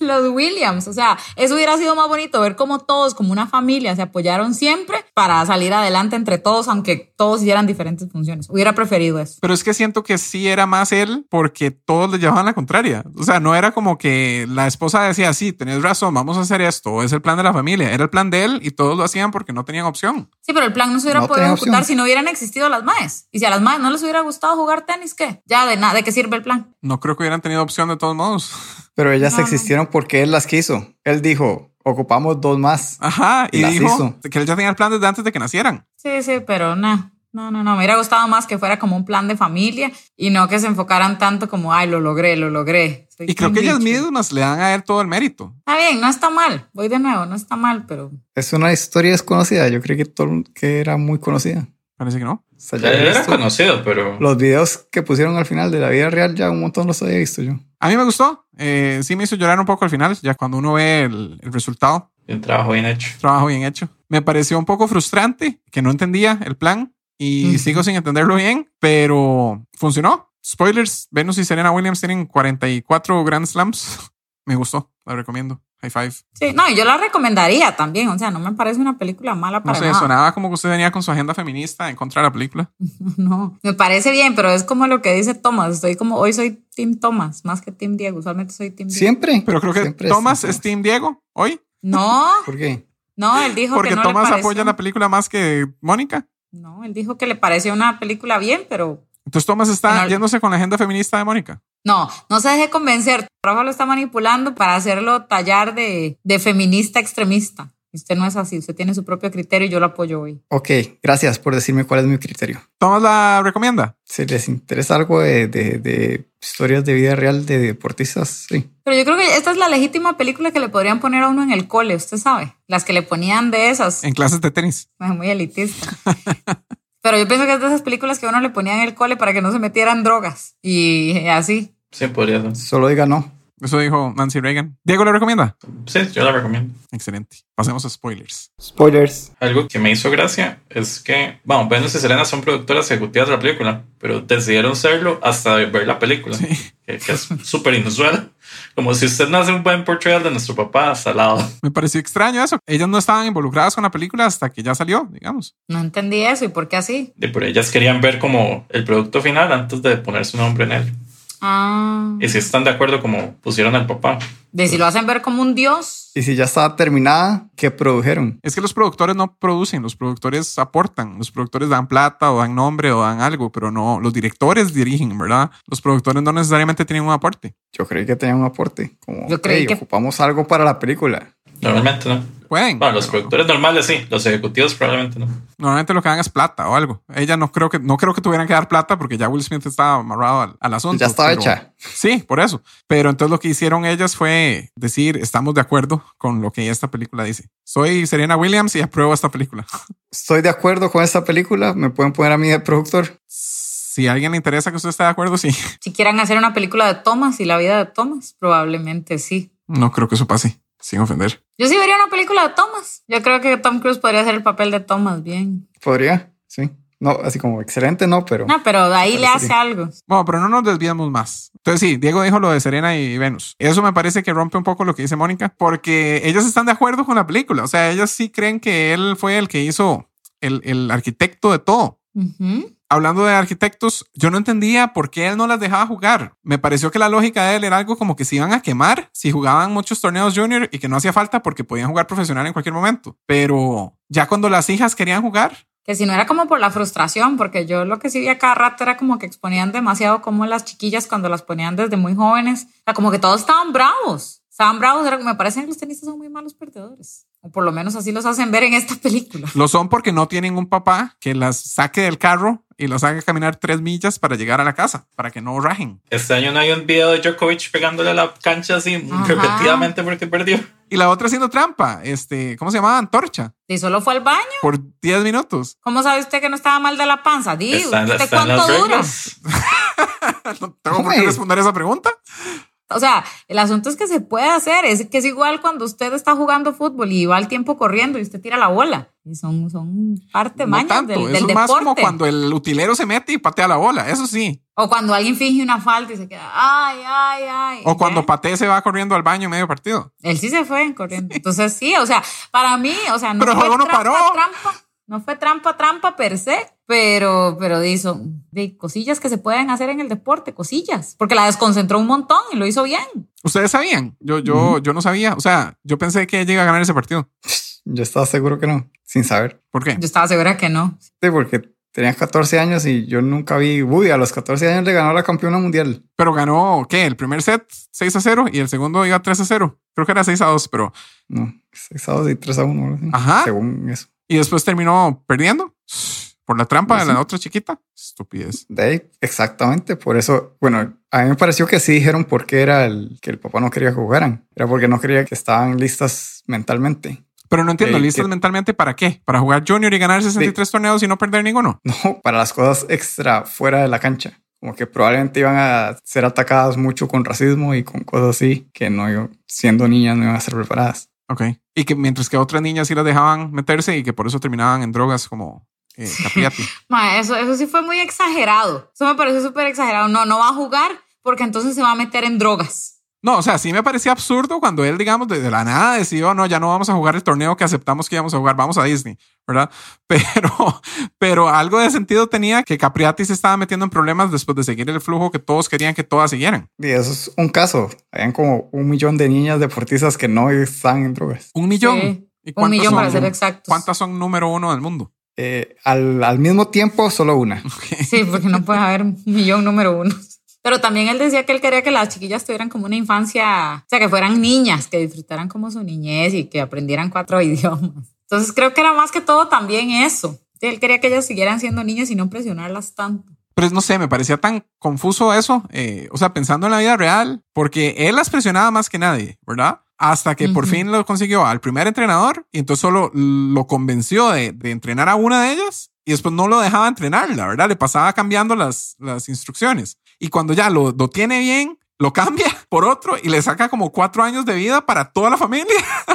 Speaker 4: Los Williams, o sea, eso hubiera sido más bonito ver cómo todos, como una familia, se apoyaron siempre para salir adelante entre todos, aunque todos hicieran diferentes funciones. Hubiera preferido eso.
Speaker 1: Pero es que siento que sí era más él porque todos le llevaban la contraria. O sea, no era como que la esposa decía, sí, tenés razón, vamos a hacer esto, es el plan de la familia. Era el plan de él y todos lo hacían porque no tenían opción.
Speaker 4: Sí, pero el plan no se hubiera
Speaker 3: No
Speaker 4: podido
Speaker 3: tenía
Speaker 4: ejecutar
Speaker 3: opción.
Speaker 4: si no hubieran existido las maes. Y si a las maes no les hubiera gustado jugar tenis, ¿qué? Ya de nada, ¿de qué sirve el plan?
Speaker 1: No creo que hubieran tenido opción de todos modos.
Speaker 3: Pero ellas
Speaker 4: No, no.
Speaker 3: existieron porque él las quiso. Él dijo: ocupamos dos más.
Speaker 1: Ajá, y
Speaker 3: Las
Speaker 1: dijo
Speaker 3: hizo.
Speaker 1: que él ya tenía el plan desde antes de que nacieran.
Speaker 4: Sí, sí, pero nada. No, no, no, me hubiera gustado más que fuera como un plan de familia y no que se enfocaran tanto como, ay, lo logré, lo logré. Soy
Speaker 1: Y creo
Speaker 4: King
Speaker 1: que ellas
Speaker 4: Richard.
Speaker 1: mismas le dan a él todo el mérito.
Speaker 4: Está bien, no está mal. Voy de nuevo, no está mal, pero
Speaker 3: Es una historia desconocida. Yo creo que, todo, que era muy conocida.
Speaker 1: Parece que no.
Speaker 3: O sea, Pues ya había
Speaker 2: Era
Speaker 3: visto-
Speaker 2: conocido, pero...
Speaker 3: Los videos que pusieron al final de la vida real ya un montón los había visto yo.
Speaker 1: A mí me gustó. Eh, sí me hizo llorar un poco al final, ya cuando uno ve el- el resultado.
Speaker 2: Un trabajo bien hecho.
Speaker 1: trabajo bien hecho. Me pareció un poco frustrante que no entendía el plan y
Speaker 4: Ujú.
Speaker 1: sigo sin entenderlo bien, pero funcionó. Spoilers, Venus y Serena Williams tienen 44 Grand Slams. Me gustó, la recomiendo. High five.
Speaker 4: Sí, no, y yo la recomendaría también. O sea, no me parece una película mala
Speaker 1: No
Speaker 4: para
Speaker 1: sé,
Speaker 4: nada.
Speaker 1: sonaba como que usted venía con su agenda feminista en contra de la película.
Speaker 4: No, me parece bien, pero es como lo que dice Thomas. Estoy como, hoy soy Team Thomas, más que Team Diego. Usualmente soy Team Diego.
Speaker 3: Siempre.
Speaker 1: Pero creo que
Speaker 3: Siempre
Speaker 1: Thomas
Speaker 3: siempre.
Speaker 1: es Team Diego hoy,
Speaker 4: No,
Speaker 3: ¿Por qué?
Speaker 4: no, él dijo
Speaker 1: porque
Speaker 4: que no le
Speaker 1: Thomas
Speaker 4: pareció-
Speaker 1: apoya la película más que Mónica.
Speaker 4: No, él dijo que le pareció una película bien, pero
Speaker 1: Entonces Thomas está
Speaker 4: No.
Speaker 1: yéndose con la agenda feminista de Mónica.
Speaker 4: no, no se deje convencer. Rafa lo está manipulando para hacerlo tallar de, de feminista extremista. Y Usted no es así, usted tiene su propio criterio y yo lo apoyo hoy.
Speaker 3: Ok, gracias por decirme cuál es mi criterio.
Speaker 1: Thomas la recomienda.
Speaker 3: Si les interesa algo de, de- de historias de vida real de deportistas, sí.
Speaker 4: Pero yo creo que esta es la legítima película que le podrían poner a uno en el cole, usted sabe. Las que le ponían de esas.
Speaker 1: En clases de tenis.
Speaker 4: Es Ah, muy elitista. Pero yo pienso que es de esas películas que uno le ponía en el cole para que no se metieran drogas y así.
Speaker 2: Sí, podría ser.
Speaker 3: Solo diga no.
Speaker 1: Eso dijo Nancy Reagan. Diego la recomienda.
Speaker 2: Sí, yo la recomiendo.
Speaker 1: Excelente. Pasemos a spoilers.
Speaker 3: Spoilers.
Speaker 2: Algo que me hizo gracia es que, vamos, Venus y Serena son productoras ejecutivas de la película, pero decidieron serlo hasta ver la película, que, que es súper inusual. Como si usted no hace un buen portrayal de nuestro papá hasta al lado.
Speaker 1: Me pareció extraño eso. Ellas no estaban involucradas con la película hasta que ya salió, digamos.
Speaker 4: No entendí eso y por qué así.
Speaker 2: De por ellas querían ver como el producto final antes de poner su nombre en él.
Speaker 4: Ah.
Speaker 2: Y si están de acuerdo como pusieron al papá.
Speaker 4: De si lo hacen ver como un dios.
Speaker 3: Y si ya estaba terminada, ¿qué produjeron?
Speaker 1: Es que los productores no producen, los productores aportan, los productores dan plata o dan nombre o dan algo, pero no, los directores dirigen, ¿verdad? Los productores no necesariamente tienen un aporte.
Speaker 3: Yo creí que tenían un aporte. Como,
Speaker 4: Yo creí
Speaker 3: "Hey,
Speaker 4: que-
Speaker 3: ocupamos algo para la película.
Speaker 2: Normalmente no.
Speaker 1: Pueden.
Speaker 2: Bueno, los
Speaker 1: pero
Speaker 2: productores normales sí, los ejecutivos probablemente no.
Speaker 1: Normalmente lo que dan es plata o algo. Ella no creo que no creo que tuvieran que dar plata porque ya Will Smith estaba amarrado al, al asunto.
Speaker 3: Ya estaba
Speaker 1: pero-
Speaker 3: hecha.
Speaker 1: Sí, por eso. Pero entonces lo que hicieron ellas fue decir, estamos de acuerdo con lo que esta película dice. Soy Serena Williams y apruebo esta película.
Speaker 3: Estoy de acuerdo con esta película. Me pueden poner a mí de productor.
Speaker 1: Si a alguien le interesa que usted esté de acuerdo, sí.
Speaker 4: Si quieran hacer una película de Thomas y la vida de Thomas, probablemente sí.
Speaker 1: No creo que eso pase, sin ofender.
Speaker 4: Yo sí vería una película de Thomas. Yo creo que Tom Cruise podría hacer el papel de Thomas bien.
Speaker 3: Podría, sí. No, así como excelente, no, pero
Speaker 4: No, pero de ahí le
Speaker 3: Parece
Speaker 4: hace algo.
Speaker 1: Bueno, pero no nos desviamos más. Entonces sí, Diego dijo lo de Serena y Venus. Eso me parece que rompe un poco lo que dice Mónica, porque ellas están de acuerdo con la película. O sea, ellas sí creen que él fue el que hizo el, el arquitecto de todo.
Speaker 4: Ujú.
Speaker 1: Hablando de arquitectos, yo no entendía por qué él no las dejaba jugar. Me pareció que la lógica de él era algo como que se iban a quemar si jugaban muchos torneos junior y que no hacía falta porque podían jugar profesional en cualquier momento. Pero ya cuando las hijas querían jugar,
Speaker 4: Que si no era como por la frustración, porque yo lo que sí vi a cada rato era como que exponían demasiado como las chiquillas cuando las ponían desde muy jóvenes. O sea, como que todos estaban bravos. Estaban bravos. Era, me parece que los tenistas son muy malos perdedores. O por lo menos así los hacen ver en esta película.
Speaker 1: lo son porque no tienen un papá que las saque del carro y las haga caminar tres millas para llegar a la casa, para que no rajen.
Speaker 2: Este año no hay un video de Djokovic pegándole a la cancha así
Speaker 4: Ajá.
Speaker 2: repetidamente porque perdió.
Speaker 1: Y la otra haciendo trampa, este, ¿cómo se llamaba? Antorcha,
Speaker 4: Y solo fue al baño.
Speaker 1: por 10 minutos.
Speaker 4: ¿Cómo sabe usted que no estaba mal de la panza? Di,
Speaker 2: Están,
Speaker 4: ¿usted
Speaker 2: están
Speaker 4: cuánto
Speaker 2: las
Speaker 4: dura?
Speaker 2: reglas.
Speaker 1: No tengo por qué
Speaker 3: Ay.
Speaker 1: responder esa pregunta.
Speaker 4: O sea, el asunto es que se puede hacer, es que es igual cuando usted está jugando fútbol y va al tiempo corriendo y usted tira la bola. Y son, son parte
Speaker 1: No
Speaker 4: mañas
Speaker 1: tanto,
Speaker 4: del,
Speaker 1: eso
Speaker 4: del
Speaker 1: es
Speaker 4: deporte.
Speaker 1: más como cuando el utilero se mete y patea la bola, eso sí.
Speaker 4: O cuando alguien finge una falta y se queda, ay, ay, ay.
Speaker 1: O cuando
Speaker 4: ¿Ya?
Speaker 1: Pate se va corriendo al baño en medio partido.
Speaker 4: Él sí se fue corriendo. Entonces sí, o sea, para mí, o sea, no
Speaker 1: Pero el
Speaker 4: fue
Speaker 1: juego no
Speaker 4: trampa,
Speaker 1: paró.
Speaker 4: trampa. No fue trampa, trampa per se, pero, pero di, son de cosillas que se pueden hacer en el deporte, cosillas. Porque la desconcentró un montón y lo hizo bien.
Speaker 1: Ustedes sabían. Yo, yo, yo no sabía. O sea, yo pensé que ella iba a ganar ese partido.
Speaker 3: yo estaba seguro que no, sin saber.
Speaker 1: ¿Por qué?
Speaker 4: Yo estaba segura que no.
Speaker 3: Sí, porque tenía 14 años y yo nunca vi, uy, a los 14 años le ganó la campeona mundial.
Speaker 1: Pero ganó, ¿qué? El primer set 6 a 0 y el segundo iba 3 a 0. Creo que era 6 a 2, pero.
Speaker 3: No, 6 a 2 y 3 a 1, algo así,
Speaker 1: Ajá.
Speaker 3: según eso.
Speaker 1: Y después terminó perdiendo por la trampa de
Speaker 3: Sí.
Speaker 1: la otra chiquita. Estupidez.
Speaker 3: De ahí, exactamente, por eso, bueno, a mí me pareció que sí dijeron por qué era el que el papá no quería que jugaran. Era porque no quería que estaban listas mentalmente.
Speaker 1: Pero no entiendo,
Speaker 3: Ey,
Speaker 1: ¿listas
Speaker 3: ¿qué?
Speaker 1: mentalmente para qué? ¿Para jugar junior y ganar 63 torneos y no perder ninguno?
Speaker 3: No, para las cosas extra fuera de la cancha. Como que probablemente iban a ser atacadas mucho con racismo y con cosas así que no, iban- siendo niñas no iban a ser preparadas.
Speaker 1: Ok. Y que mientras que otras niñas sí las dejaban meterse y que por eso terminaban en drogas como eh, Capriati.
Speaker 4: Ma, eso, eso sí fue muy exagerado. Eso me pareció súper exagerado. No, no va a jugar porque entonces se va a meter en drogas.
Speaker 1: No, o sea, sí me parecía absurdo cuando él, digamos, desde la nada decidió, no, ya no vamos a jugar el torneo que aceptamos que íbamos a jugar, vamos a Disney, ¿verdad? Pero, pero algo de sentido tenía que Capriati se estaba metiendo en problemas después de seguir el flujo que todos querían que todas siguieran.
Speaker 3: Y eso es un caso. Hayan como un millón de niñas deportistas que no están en drogas.
Speaker 1: Un millón.
Speaker 4: Sí,
Speaker 1: ¿Y
Speaker 4: Un
Speaker 1: cuántas
Speaker 4: millón
Speaker 1: son?
Speaker 4: para ser exactos.
Speaker 1: ¿Cuántas son número uno del mundo?
Speaker 3: Eh, al, al mismo tiempo, solo una.
Speaker 4: Sí, porque no puede haber un millón número uno. Pero también él decía que él quería que las chiquillas tuvieran como una infancia, o sea, que fueran niñas, que disfrutaran como su niñez y que aprendieran cuatro idiomas. Entonces creo que era más que todo también eso. Sí, Él quería que ellas siguieran siendo niñas y no presionarlas tanto.
Speaker 1: Pero no sé, me parecía tan confuso eso, eh, o sea, pensando en la vida real, porque él las presionaba más que nadie, ¿verdad? Hasta que por
Speaker 4: Ujú.
Speaker 1: fin lo consiguió al primer entrenador y entonces solo lo convenció de, de entrenar a una de ellas y después no lo dejaba entrenarla, ¿verdad? Le pasaba cambiando las, las instrucciones. Y cuando ya lo, lo tiene bien, lo cambia por otro y le saca como cuatro años de vida para toda la familia.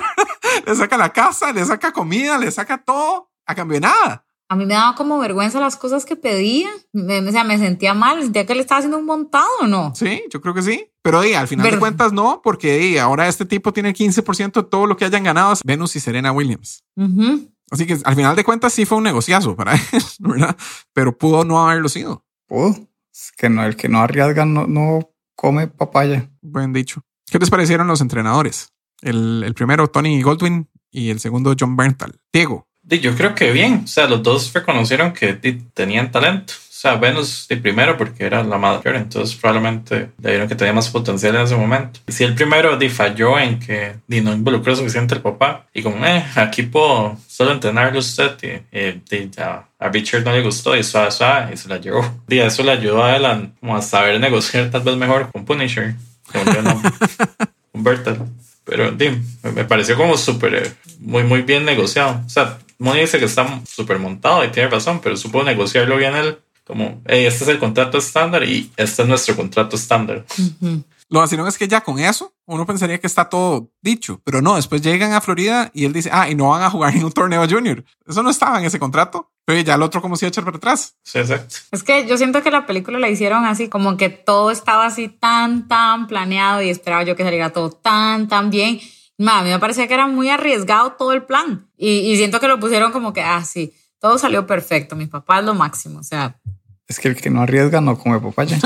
Speaker 1: le saca la casa, le saca comida, le saca todo a cambio de nada.
Speaker 4: A mí me daba como vergüenza las cosas que pedía. Me, o sea, me sentía mal, sentía que le estaba haciendo un montado, ¿no?
Speaker 1: Sí, yo creo que sí. Pero di, al final de
Speaker 4: Verde.
Speaker 1: cuentas no, porque di, ahora este tipo tiene el 15% de todo lo que hayan ganado es Venus y Serena Williams.
Speaker 4: Ujú.
Speaker 1: Así que al final de cuentas sí fue un negociazo para él, ¿verdad? Pero pudo no haberlo sido.
Speaker 3: Oh, es que no, el que no arriesga no, no come papaya.
Speaker 1: Buen dicho. ¿Qué les parecieron los entrenadores? El, el primero, Tony Goldwyn, y el segundo, John Berntal. Diego,
Speaker 2: Di, Yo creo que bien, o sea, los dos reconocieron que di, tenían talento. O sea, Venus de primero porque era la mayor, entonces probablemente le vieron que tenía más potencial en ese momento. Y si el primero di, falló en que di, no involucró suficiente al papá, y como, eh, aquí puedo solo entrenarlo usted, y, eh, di, ya, a Richard no le gustó, y suave, suave, y se la llevó. Di, eso le ayudó a Alan como a saber negociar tal vez mejor con Punisher, que volvió el nombre, con Bertal. Pero di, me- me pareció como súper, eh, muy, muy bien negociado. O sea, Moni dice que está súper montado y tiene razón, pero supo negociarlo bien él. Como, hey, este es el contrato estándar y este es nuestro contrato estándar.
Speaker 4: Ujú.
Speaker 1: Lo vacilón es que ya con eso uno pensaría que está todo dicho, pero no, después llegan a Florida y él dice, ah, y no van a jugar en un torneo junior. Eso no estaba en ese contrato. Pero ya el otro como si iba a echar para atrás.
Speaker 2: Sí, exacto.
Speaker 4: Es que yo siento que la película la hicieron así, como que todo estaba así tan, tan planeado y esperaba yo que saliera todo tan, tan bien. Ma, a mí me parecía que era muy arriesgado todo el plan y, y siento que lo pusieron como que, ah, sí, todo salió perfecto, mis papás lo máximo, o sea,
Speaker 3: Es que el que no arriesga no come papaya.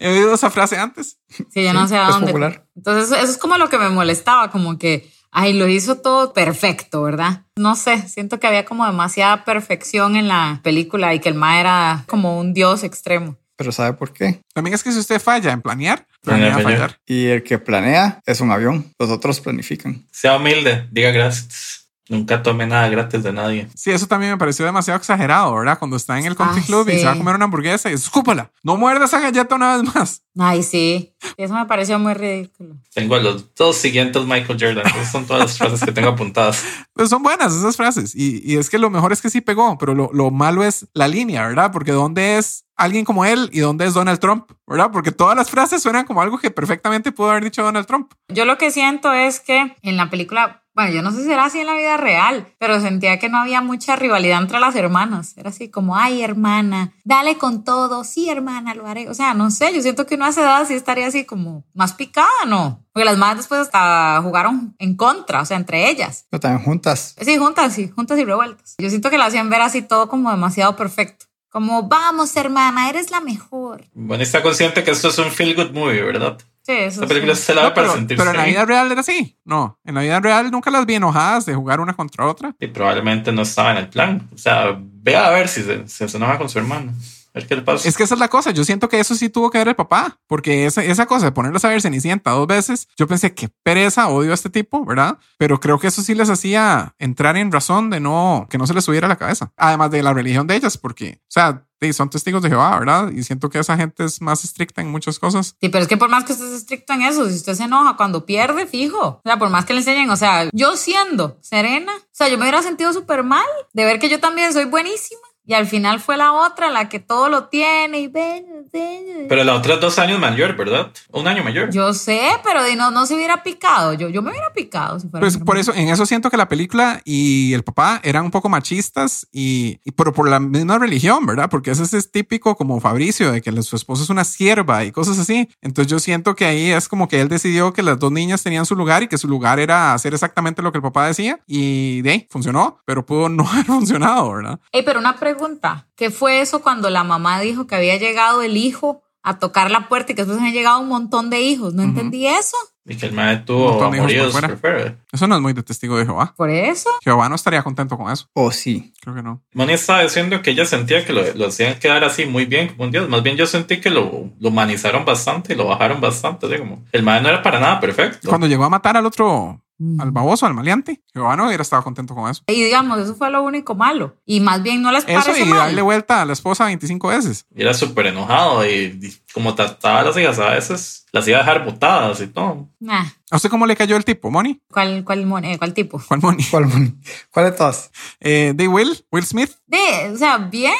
Speaker 1: He oído esa frase antes.
Speaker 4: sí, yo no
Speaker 3: Sí,
Speaker 4: sé a
Speaker 3: es
Speaker 4: dónde.
Speaker 3: popular.
Speaker 4: Entonces eso, eso es como lo que me molestaba, como que, ay, lo hizo todo perfecto, ¿verdad? No sé, siento que había como demasiada perfección en la película y que el Ma era como un dios extremo.
Speaker 3: Pero ¿sabe por qué?
Speaker 1: También es que si usted falla en planear, planea
Speaker 2: Planea fallar.
Speaker 1: fallar.
Speaker 3: Y el que planea es un avión. Los otros planifican.
Speaker 2: Sea humilde, diga gracias. Nunca tome nada gratis de nadie.
Speaker 1: Sí, eso también me pareció demasiado exagerado, ¿verdad? Cuando está en el country
Speaker 4: Ah,
Speaker 1: club y
Speaker 4: sí.
Speaker 1: se va a comer una hamburguesa y escúpala. No muerda esa galleta una vez más.
Speaker 4: Ay, sí. Eso me pareció muy ridículo.
Speaker 2: Tengo a los dos siguientes Michael Jordan. Esas son todas las frases que tengo apuntadas.
Speaker 1: Pues son buenas esas frases. Y, y es que lo mejor es que sí pegó, pero lo, lo malo es la línea, ¿verdad? Porque dónde es alguien como él y dónde es Donald Trump, ¿verdad? Porque todas las frases suenan como algo que perfectamente pudo haber dicho Donald Trump.
Speaker 4: Yo lo que siento es que en la película, bueno, yo no sé si era así en la vida real, pero sentía que no había mucha rivalidad entre las hermanas. Era así como, ay, hermana, dale con todo. Sí, hermana, lo haré. O sea, no sé, yo siento que uno a esa edad sí estaría así como más picada, ¿no? Porque las madres después hasta jugaron en contra, o sea, entre ellas.
Speaker 3: Pero también juntas.
Speaker 4: Sí, juntas, sí, juntas y revueltas. Yo siento que la hacían ver así todo como demasiado perfecto. Como, vamos, hermana, eres la mejor.
Speaker 2: Bueno, está consciente que esto es un feel good movie, ¿verdad?
Speaker 4: Sí, eso
Speaker 2: Esta película
Speaker 4: sí.
Speaker 2: se la da
Speaker 1: No,
Speaker 2: para
Speaker 1: Ah, pero,
Speaker 2: sentirse.
Speaker 1: pero en la
Speaker 2: bien.
Speaker 1: vida real era así. No, en la vida real nunca las vi enojadas de jugar una contra otra.
Speaker 2: Y probablemente no estaba en el plan. O sea, vea a ver si se, si se enoja con su hermano. A ver qué le pasa.
Speaker 1: Es que esa es la cosa. Yo siento que eso sí tuvo que ver el papá, porque esa, esa cosa de ponerlos a ver Cenicienta dos veces, yo pensé que pereza, odio a este tipo, ¿verdad? Pero creo que eso sí les hacía entrar en razón de no, que no se les subiera a la cabeza. Además de la religión de ellas, porque, o sea, sí, son testigos de Jehová, ¿verdad? Y siento que esa gente es más estricta en muchas cosas.
Speaker 4: Sí, pero es que por más que usted sea estricto en eso, si usted se enoja cuando pierde, fijo. O sea, por más que le enseñen, o sea, yo siendo serena, o sea, yo me hubiera sentido súper mal de ver que yo también soy buenísima Y al final fue la otra la que todo lo tiene y ven, ven.
Speaker 2: Pero la otra es dos años mayor, ¿verdad? Un año mayor.
Speaker 4: Yo sé, pero di, no, no se hubiera picado. Yo, yo me hubiera picado. Si fuera
Speaker 1: Pues
Speaker 4: mi
Speaker 1: por
Speaker 4: hermano.
Speaker 1: eso, en eso siento que la película y el papá eran un poco machistas y, y pero por la misma religión, ¿verdad? Porque ese es típico como Fabricio, de que la- su esposo es una sierva y cosas así. Entonces yo siento que ahí es como que él decidió que las dos niñas tenían su lugar y que su lugar era hacer exactamente lo que el papá decía y de ahí funcionó, pero pudo no haber funcionado, ¿verdad?
Speaker 4: Ey, pero una pregunta. ¿Qué fue eso cuando la mamá dijo que había llegado el hijo a tocar la puerta y que después habían llegado un montón de hijos? No entendí eso.
Speaker 2: Y que el madre
Speaker 1: Un
Speaker 2: tuvo
Speaker 1: montón de hijos
Speaker 2: amoríos
Speaker 1: por
Speaker 2: por
Speaker 1: fuera.
Speaker 2: fuera.
Speaker 1: Eso no es muy de testigo de Jehová.
Speaker 4: Por eso.
Speaker 1: Jehová no estaría contento con eso.
Speaker 3: O sí.
Speaker 1: Creo que no.
Speaker 2: Moni estaba diciendo que ella sentía que lo, lo hacían quedar así muy bien como un dios. Más bien yo sentí que lo, lo humanizaron bastante y lo bajaron bastante. así como, el madre no era para nada perfecto.
Speaker 1: Cuando llegó a matar al otro, al baboso, al maleante, Jehová no hubiera estado contento con eso.
Speaker 4: Y digamos, eso fue lo único malo. Y más bien no les
Speaker 1: Eso
Speaker 4: parece
Speaker 1: y
Speaker 4: mal.
Speaker 1: darle vuelta a la esposa 25 veces.
Speaker 2: Era súper enojado y, y como trataba a las hijas a veces, las iba a dejar botadas y todo.
Speaker 4: Nah,
Speaker 1: ¿A usted cómo le cayó el tipo, Moni?
Speaker 4: Ah, ¿cuál, cuál, mon- eh, ¿Cuál tipo?
Speaker 1: ¿Cuál Moni?
Speaker 3: ¿Cuál, mon- cuál de todas?
Speaker 1: Eh, de Will, Will Smith.
Speaker 4: De, o sea, bien.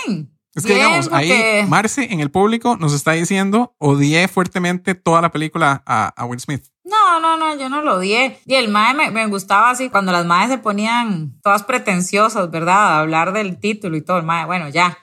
Speaker 1: Es que
Speaker 4: Bien,
Speaker 1: digamos,
Speaker 4: porque-
Speaker 1: ahí Marce en el público nos está diciendo odié fuertemente toda la película a, a Will Smith.
Speaker 4: No, no, no, yo no lo odié. Y el mae me, me gustaba así, cuando las maes se ponían todas pretenciosas, ¿verdad? A hablar del título y todo, el mae, bueno, ya.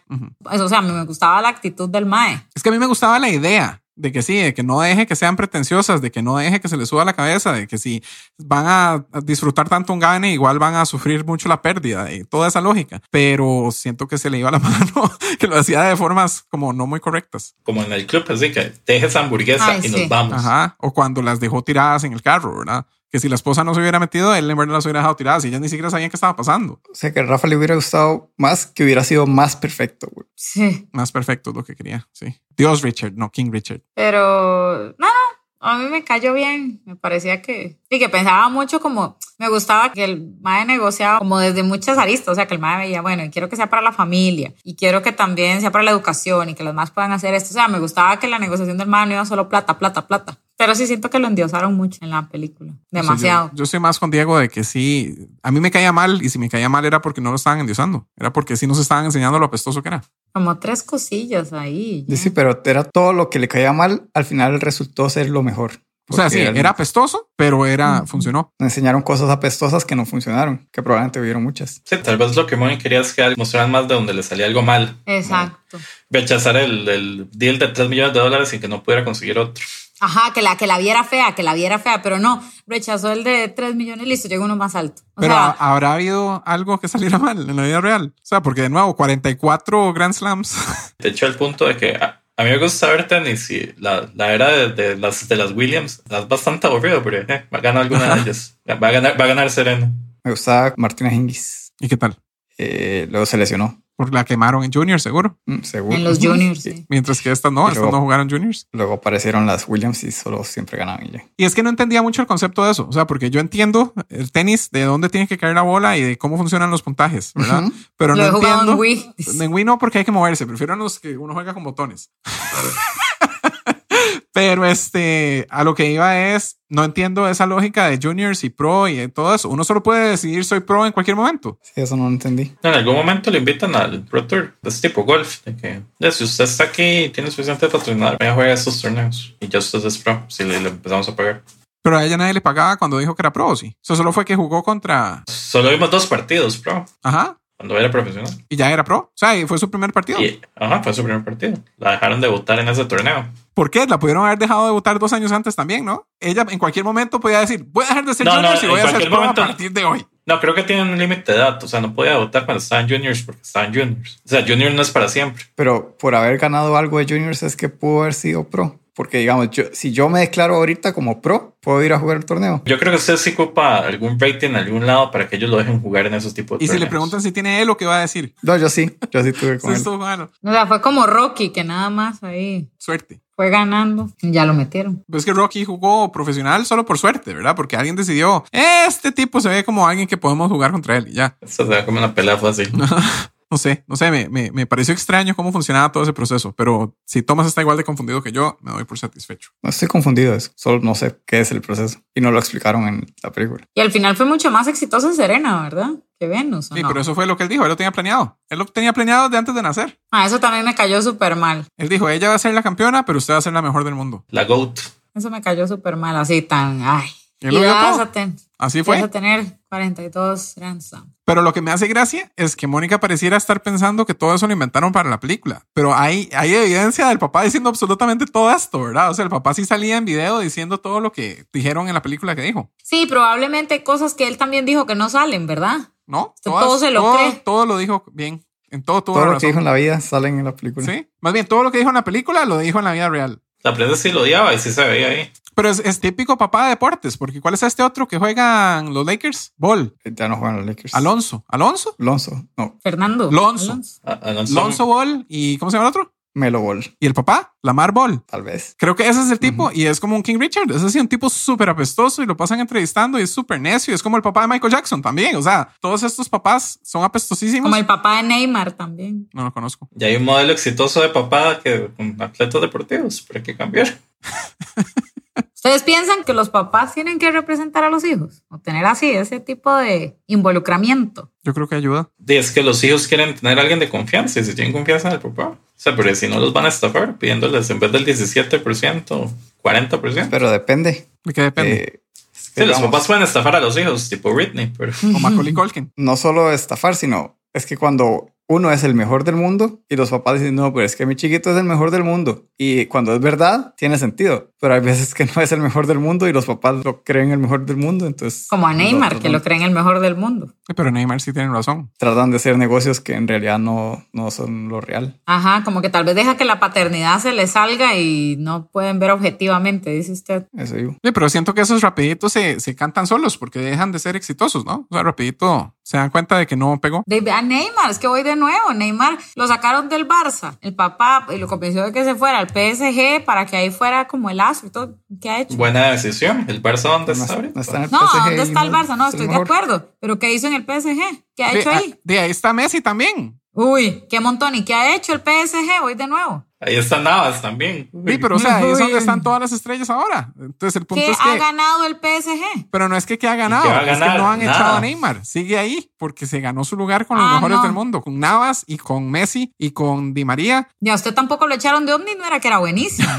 Speaker 4: Eso, o sea, a mí me gustaba la actitud del mae.
Speaker 1: Es que a mí me gustaba la idea de que sí, de que no deje que sean pretenciosas, de que no deje que se les suba la cabeza, de que si van a a disfrutar tanto un gane, igual van a sufrir mucho la pérdida y toda esa lógica. Pero siento que se le iba la mano, que lo hacía de formas como no muy correctas.
Speaker 2: Como en el club, así que deje esa hamburguesa
Speaker 4: Ay,
Speaker 2: y
Speaker 4: sí.
Speaker 2: nos vamos.
Speaker 1: Ajá. O cuando las dejó tiradas en el carro, ¿verdad? Que si la esposa no se hubiera metido, él en verdad las hubiera dejado tiradas y ellas ni siquiera sabían qué estaba pasando.
Speaker 3: O sea que a Rafa le hubiera gustado más que hubiera sido más perfecto,
Speaker 4: Ah.
Speaker 3: güey.
Speaker 4: Sí.
Speaker 1: Más perfecto es lo que quería, sí. Dios Richard, no King Richard.
Speaker 4: Pero, no, no, a mí me cayó bien. Me parecía que. Y que pensaba mucho como. Me gustaba que el mae negociaba como desde muchas aristas. O sea, que el mae veía, bueno, y quiero que sea para la familia. Y quiero que también sea para la educación y que los más puedan hacer esto. O sea, me gustaba que la negociación del mae no iba solo plata, plata, plata. Pero sí siento que lo endiosaron mucho en la película.
Speaker 1: O sea,
Speaker 4: Demasiado.
Speaker 1: yo, yo soy más con Diego de que sí, a mí me caía mal y si me caía mal era porque no lo estaban endiosando, era porque sí nos estaban enseñando lo apestoso que era.
Speaker 4: Como tres cosillas ahí. ya.
Speaker 3: Sí, pero era todo lo que le caía mal, al final resultó ser lo mejor.
Speaker 1: O sea, sí,
Speaker 3: Porque al-
Speaker 1: era apestoso, pero era, funcionó.
Speaker 3: nos enseñaron cosas apestosas que no funcionaron, que probablemente hubieron muchas.
Speaker 2: Sí, tal vez lo que Moni quería es que mostraran más de donde le salía algo mal.
Speaker 4: Exacto.
Speaker 2: Rechazar el, el deal de 3 millones de dólares sin que no pudiera conseguir otro.
Speaker 4: Ajá, que la, que la viera fea, que la viera fea, pero no, rechazó el de 3 millones, listo, llegó uno más alto. O
Speaker 1: Pero
Speaker 4: sea,
Speaker 1: ¿ha- habrá habido algo que saliera mal en la vida real. O sea, porque de nuevo, 44 Grand Slams.
Speaker 2: De hecho, el punto de que a, a mí me gusta ver tenis y la, la era de, de las, de las Williams es bastante aburrido, pero eh, va a ganar alguna de ellas. Va a ganar, va a ganar Serena.
Speaker 3: Me gustaba Martina Hingis.
Speaker 1: ¿Y qué tal?
Speaker 3: Eh, luego se lesionó,
Speaker 1: Por la quemaron en Junior, seguro.
Speaker 3: mm, seguro.
Speaker 4: en los juniors, sí.
Speaker 1: Mientras que estas no,
Speaker 3: Pero-
Speaker 1: estas no jugaron Juniors.
Speaker 3: Luego aparecieron las Williams y solo siempre ganaban y ya.
Speaker 1: Y es que no entendía mucho el concepto de eso. O sea, porque yo entiendo el tenis, de dónde tiene que caer la bola y de cómo funcionan los puntajes, ¿verdad?
Speaker 3: Ujú.
Speaker 1: Pero
Speaker 4: Lo
Speaker 1: no
Speaker 4: he jugado en
Speaker 1: entiendo.
Speaker 4: Wii.
Speaker 1: En Wii no, porque hay que moverse. Prefiero en los que uno juega con botones. Pero este, a lo que iba es, no entiendo esa lógica de juniors y pro y de todo eso. Uno solo puede decidir soy pro en cualquier momento.
Speaker 3: Sí, eso no lo entendí.
Speaker 2: En algún momento le invitan al Pro Tour, de ese tipo golf, de que "Ya, si usted está aquí y tiene suficiente patrocinador, vaya a jugar estos torneos y ya usted es pro, si le, le empezamos a pagar.
Speaker 1: Pero a ella nadie le pagaba cuando dijo que era pro, ¿o sí. Eso solo fue que jugó contra,
Speaker 2: Solo vimos dos partidos pro
Speaker 1: ajá,
Speaker 2: cuando era profesional.
Speaker 1: y ya era pro. O sea, y fue su primer partido.
Speaker 2: Y, ajá, fue su primer partido. La dejaron debutar en ese torneo.
Speaker 1: ¿Por qué? La pudieron haber dejado de votar dos años antes también, ¿no? Ella en cualquier momento podía decir, voy a dejar de ser
Speaker 2: No, no,
Speaker 1: junior y
Speaker 2: en
Speaker 1: voy a ser
Speaker 2: cualquier
Speaker 1: pro
Speaker 2: momento.
Speaker 1: a partir de hoy.
Speaker 2: No, creo que tienen un límite de edad. O sea, no podía votar cuando estaban juniors porque estaban juniors. O sea, junior no es para siempre.
Speaker 3: Pero por haber ganado algo de juniors es que pudo haber sido pro. Porque digamos, yo, si yo me declaro ahorita como pro, puedo ir a jugar el torneo.
Speaker 2: Yo creo que usted sí ocupa algún rating en algún lado para que ellos lo dejen jugar en esos tipos de
Speaker 1: Y si le
Speaker 2: torneos.
Speaker 1: preguntan si tiene él, lo que va a decir.
Speaker 3: No, yo sí, yo sí tuve
Speaker 1: Sí,
Speaker 3: con él.
Speaker 1: estuvo malo.
Speaker 4: O sea, fue como Rocky, que nada más ahí
Speaker 1: Suerte.
Speaker 4: fue ganando. y Ya lo metieron.
Speaker 1: Pero es que Rocky jugó profesional solo por suerte, ¿verdad? Porque alguien decidió, este tipo se ve como alguien que podemos jugar contra él y ya.
Speaker 2: Esto se ve como una pelea fácil.
Speaker 1: No sé, no sé, me, me, me pareció extraño cómo funcionaba todo ese proceso, pero si Thomas está igual de confundido que yo, me doy por satisfecho.
Speaker 3: No estoy confundido, es- solo no sé qué es el proceso y no lo explicaron en la película.
Speaker 4: Y al final fue mucho más exitosa Serena, ¿verdad? Que Venus. ¿o
Speaker 1: Sí,
Speaker 4: no?
Speaker 1: pero eso fue lo que él dijo, él lo tenía planeado. Él lo tenía planeado de antes de nacer.
Speaker 4: Ah, eso también me cayó súper mal.
Speaker 1: Él dijo, ella va a ser la campeona, pero usted va a ser la mejor del mundo.
Speaker 2: La GOAT.
Speaker 4: Eso me cayó súper mal, así tan. Ay.
Speaker 1: Él lo vio
Speaker 4: vas
Speaker 1: todo.
Speaker 4: a, ten-
Speaker 1: Así
Speaker 4: vas a
Speaker 1: fue.
Speaker 4: tener 42 Grand Slam.
Speaker 1: Pero lo que me hace gracia es que Mónica pareciera estar pensando que todo eso lo inventaron para la película. Pero hay, hay evidencia del papá diciendo absolutamente todo esto, ¿verdad? O sea, el papá sí salía en video diciendo todo lo que dijeron en la película que dijo.
Speaker 4: Sí, probablemente cosas que él también dijo que no salen, ¿verdad?
Speaker 1: ¿No?
Speaker 4: Esto todo se lo
Speaker 1: todo,
Speaker 4: cree.
Speaker 1: todo lo dijo bien. En todo tuvo
Speaker 3: Todo lo que
Speaker 1: razón.
Speaker 3: dijo en la vida salen en la película.
Speaker 1: Sí. Más bien, todo lo que dijo en la película lo dijo en la vida real.
Speaker 2: La prensa sí lo odiaba y sí se veía ahí.
Speaker 1: Pero es, es típico papá de deportes, porque ¿cuál es este otro que juegan los Lakers? Ball.
Speaker 3: Ya no juegan los Lakers.
Speaker 1: Alonso. ¿Alonso?
Speaker 3: Alonso, no,
Speaker 4: Fernando.
Speaker 1: Lonzo.
Speaker 2: A- Alonso-
Speaker 1: Alonso Ball y ¿cómo se llama el otro?
Speaker 3: Melo Ball,
Speaker 1: Y el papá, Lamar Ball.
Speaker 3: tal vez.
Speaker 1: Creo que ese es el tipo y es como un King Richard. Ese sí, un tipo súper apestoso y lo pasan entrevistando y es súper necio. Es como el papá de Michael Jackson también. O sea, todos estos papás son apestosísimos.
Speaker 4: Como el papá de Neymar también.
Speaker 1: No lo conozco.
Speaker 2: Y hay un modelo exitoso de papá que con atletas deportivos, pero hay que cambiar.
Speaker 4: ¿Ustedes piensan que los papás tienen que representar a los hijos? O tener así ese tipo de involucramiento.
Speaker 1: Yo creo que ayuda.
Speaker 2: Y es que los hijos quieren tener a alguien de confianza y si tienen confianza en el papá. O sea, pero si no los van a estafar pidiéndoles en vez del 17%, 40%.
Speaker 3: Pero depende.
Speaker 1: ¿De qué depende?
Speaker 3: eh, es
Speaker 2: Sí,
Speaker 3: que
Speaker 2: los
Speaker 3: digamos,
Speaker 2: papás pueden estafar a los hijos, tipo Whitney, pero
Speaker 1: O Macaulay Culkin.
Speaker 3: no solo estafar, sino es que cuando uno es el mejor del mundo y los papás dicen, no, pero es que mi chiquito es el mejor del mundo. Y cuando es verdad, tiene sentido. Pero hay veces que no es el mejor del mundo y los papás lo creen el mejor del mundo. Entonces,
Speaker 4: Como a Neymar,
Speaker 3: no-
Speaker 4: que lo creen el mejor del mundo.
Speaker 1: Eh, Pero Neymar sí tiene razón.
Speaker 3: Tratan de hacer negocios que en realidad no, no son lo real.
Speaker 4: Ajá, como que tal vez deja que la paternidad se le salga y no pueden ver objetivamente, dice usted.
Speaker 3: Eso digo.
Speaker 1: Sí, Eh, pero siento que esos rapiditos se, se cantan solos porque dejan de ser exitosos, ¿no? O sea, rapidito se dan cuenta de que no pegó.
Speaker 4: De, a Neymar, es que voy de nuevo. Neymar lo sacaron del Barça. El papá y lo convenció de que se fuera al PSG para que ahí fuera como el astro y todo. ¿Qué ha hecho?
Speaker 2: buena decisión. ¿El Barça dónde está
Speaker 3: No,
Speaker 2: ahorita?
Speaker 3: no está en el
Speaker 4: no,
Speaker 3: PSG
Speaker 4: ¿dónde
Speaker 3: y
Speaker 4: está el Barça? No,
Speaker 3: es el
Speaker 4: estoy de
Speaker 3: mejor.
Speaker 4: acuerdo. ¿Pero qué hizo en el PSG? ¿Qué ha
Speaker 1: De,
Speaker 4: hecho ahí?
Speaker 1: a- ah, de ahí está Messi también.
Speaker 4: Uy, qué montón. ¿Y qué ha hecho el PSG? Voy de nuevo.
Speaker 2: Ahí está Navas también.
Speaker 1: Sí, pero o sea, ahí es
Speaker 4: Uy.
Speaker 1: donde están todas las estrellas ahora. Entonces el punto
Speaker 4: ¿Qué
Speaker 1: es
Speaker 4: ha
Speaker 1: que...
Speaker 4: ganado el PSG?
Speaker 1: Pero no es que, que ha ganado,
Speaker 2: ¿Y qué va a
Speaker 1: es que
Speaker 2: ganar?
Speaker 1: no han
Speaker 2: Nada.
Speaker 1: echado a Neymar. Sigue ahí porque se ganó su lugar con los
Speaker 4: Ah,
Speaker 1: mejores
Speaker 4: no.
Speaker 1: del mundo, con Navas y con Messi y con Di María.
Speaker 4: Ya usted tampoco lo echaron de Omni, no era que era buenísimo.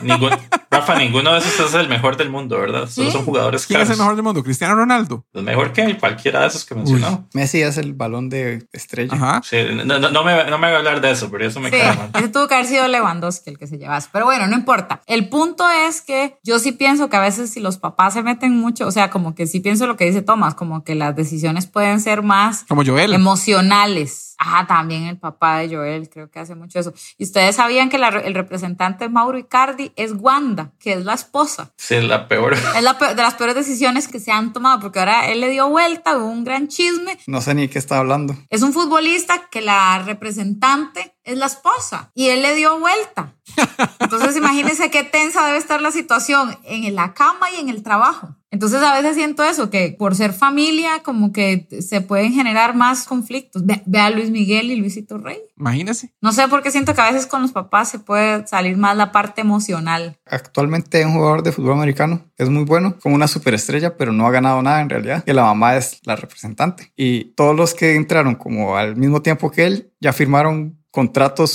Speaker 2: Ningún- Rafa, ninguno de esos es el mejor del mundo, ¿verdad? Solo
Speaker 4: Sí.
Speaker 2: son jugadores
Speaker 1: ¿Quién
Speaker 2: caros.
Speaker 1: es el mejor del mundo? Cristiano Ronaldo.
Speaker 2: Es mejor que cualquiera de esos que mencionó.
Speaker 3: Messi es el balón de estrella.
Speaker 1: Ajá.
Speaker 2: Sí, no, no- no me, no me voy a hablar de eso, pero eso me
Speaker 4: Sí,
Speaker 2: cae mal.
Speaker 4: ese tuvo que haber sido Lewandowski el que se llevase. Pero bueno, no importa. El punto es que yo sí pienso que a veces si los papás se meten mucho, o sea, como que sí pienso lo que dice Tomás, como que las decisiones pueden ser más
Speaker 1: Como Joel.
Speaker 4: emocionales. Ah, también el papá de Joel, creo que hace mucho eso. Y ustedes sabían que la re- el representante Mauro Icardi es Wanda, que es la esposa.
Speaker 2: Sí, la peor.
Speaker 4: Es la peor- de las peores decisiones que se han tomado, porque ahora él le dio vuelta, hubo un gran chisme
Speaker 3: No sé ni qué está hablando.
Speaker 4: es un futbolista que la representante es la esposa y él le dio vuelta. Entonces imagínense qué tensa debe estar la situación en la cama y en el trabajo. Entonces a veces siento eso, que por ser familia como que se pueden generar más conflictos. Ve, ve a Luis Miguel y Luisito Rey.
Speaker 1: Imagínese.
Speaker 4: No sé por qué siento que a veces con los papás se puede salir más la parte emocional.
Speaker 3: Actualmente hay un jugador de fútbol americano que es muy bueno, como una superestrella, pero no ha ganado nada en realidad. Que la mamá es la representante. Y todos los que entraron como al mismo tiempo que él ya firmaron contratos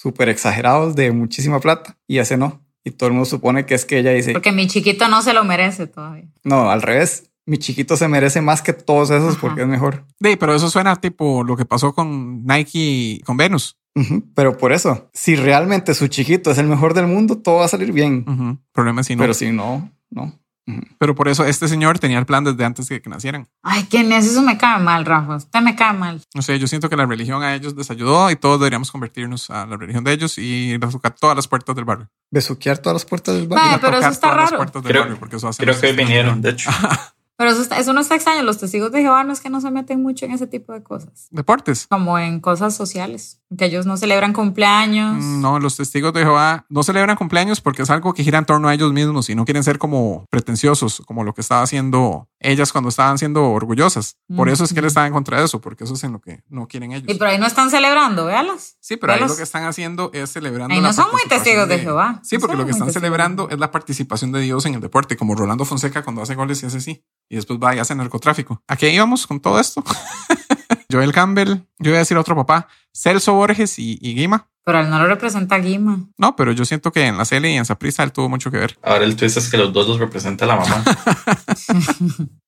Speaker 3: súper exagerados de muchísima plata y ese no. Y todo el mundo supone que es que ella dice,
Speaker 4: Porque mi chiquito no se lo merece todavía.
Speaker 3: no, al revés, mi chiquito se merece más que todos esos
Speaker 4: Ajá.
Speaker 3: porque es mejor.
Speaker 1: Sí, pero eso suena tipo lo que pasó con Nike y con Venus.
Speaker 3: Ujú, Pero por eso, si realmente su chiquito es el mejor del mundo, todo va a salir bien.
Speaker 1: Ujú. Problema es si no.
Speaker 3: Pero
Speaker 1: Pero,
Speaker 3: si no, no. Ujú.
Speaker 1: por eso este señor tenía el plan desde antes de que nacieran.
Speaker 4: Ay, ¿quién es? Eso me cae mal, Rafa. Usted me cae mal.
Speaker 1: No sé, yo siento que la religión a ellos les ayudó y todos deberíamos convertirnos a la religión de ellos y tocar todas las puertas del barrio.
Speaker 3: Besuquear todas las puertas del
Speaker 1: Y
Speaker 3: barrio.
Speaker 4: Mae, Ah, pero
Speaker 1: tocar
Speaker 4: eso está
Speaker 1: todas las
Speaker 4: raro.
Speaker 1: puertas del
Speaker 2: Creo-
Speaker 1: barrio, porque eso hace
Speaker 2: Creo que hoy vinieron, de hecho.
Speaker 4: Pero eso, está- eso no está extraño. Los testigos de Jehová no es que no se meten mucho en ese tipo de cosas,
Speaker 1: Deportes.
Speaker 4: como en cosas sociales, que ellos no celebran cumpleaños.
Speaker 1: Mm, No, los testigos de Jehová no celebran cumpleaños porque es algo que gira en torno a ellos mismos y no quieren ser como pretenciosos, como lo que estaba haciendo ellas cuando estaban siendo orgullosas. Por eso es que él estaba en contra de eso, porque eso es en lo que no quieren ellos.
Speaker 4: Y por ahí no están celebrando, véalas.
Speaker 1: Sí, pero ahí
Speaker 4: Velos.
Speaker 1: lo que están haciendo es celebrando.
Speaker 4: Ahí
Speaker 1: la
Speaker 4: no son muy
Speaker 1: participación
Speaker 4: testigos de Jehová.
Speaker 1: Sí,
Speaker 4: No
Speaker 1: porque
Speaker 4: son
Speaker 1: lo que
Speaker 4: muy
Speaker 1: están
Speaker 4: testigos.
Speaker 1: celebrando es la participación de Dios en el deporte, como Rolando Fonseca cuando hace goles y hace así. Y después va y hace narcotráfico. ¿A qué íbamos con todo esto? Joel Campbell, yo voy a decir otro papá, Celso Borges y, y Guima.
Speaker 4: Pero él no lo representa a Guima.
Speaker 1: No, pero yo siento que en la serie y en Saprissa él tuvo mucho que ver.
Speaker 2: Ahora el twist es que los dos los representa la mamá.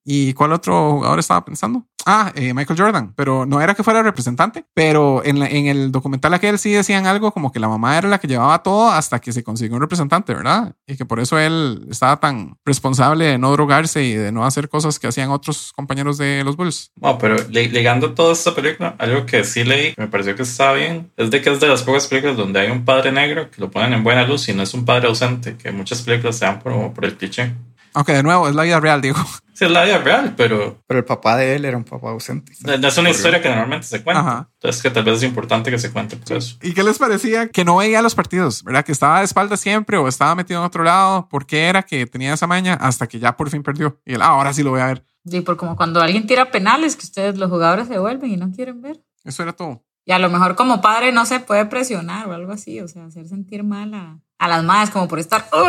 Speaker 1: ¿Y cuál otro jugador estaba pensando? Ah, eh, Michael Jordan, pero no era que fuera representante, pero en, la- en el documental aquel sí decían algo como que la mamá era la que llevaba todo hasta que se consiguió un representante, ¿verdad? Y que por eso él estaba tan responsable de no drogarse y de no hacer cosas que hacían otros compañeros de los Bulls.
Speaker 2: Bueno, pero li- ligando toda esta película, algo que sí leí, que me pareció que está bien, es de que es de las pocas películas donde hay un padre negro que lo ponen en buena luz y no es un padre ausente, que muchas películas se dan por, por el cliché.
Speaker 1: Aunque de nuevo es la vida real, digo.
Speaker 2: Sí, es la vida real, pero
Speaker 3: Pero el papá de él era un papá ausente.
Speaker 2: no es una historia que normalmente se cuenta.
Speaker 1: Ajá.
Speaker 2: Entonces, que tal vez es importante que se cuente por eso.
Speaker 1: ¿Y qué les parecía? Que no veía los partidos, ¿verdad? Que estaba de espalda siempre o estaba metido en otro lado. ¿Por qué era que tenía esa maña hasta que ya por fin perdió? Y él, "Ah, ahora sí lo voy a ver.
Speaker 4: Y por como cuando alguien tira penales, que ustedes los jugadores se vuelven y no quieren ver.
Speaker 1: Eso era todo.
Speaker 4: Y a lo mejor como padre no se puede presionar o algo así, o sea, hacer sentir mal a, a las madres como por estar... "Ugh,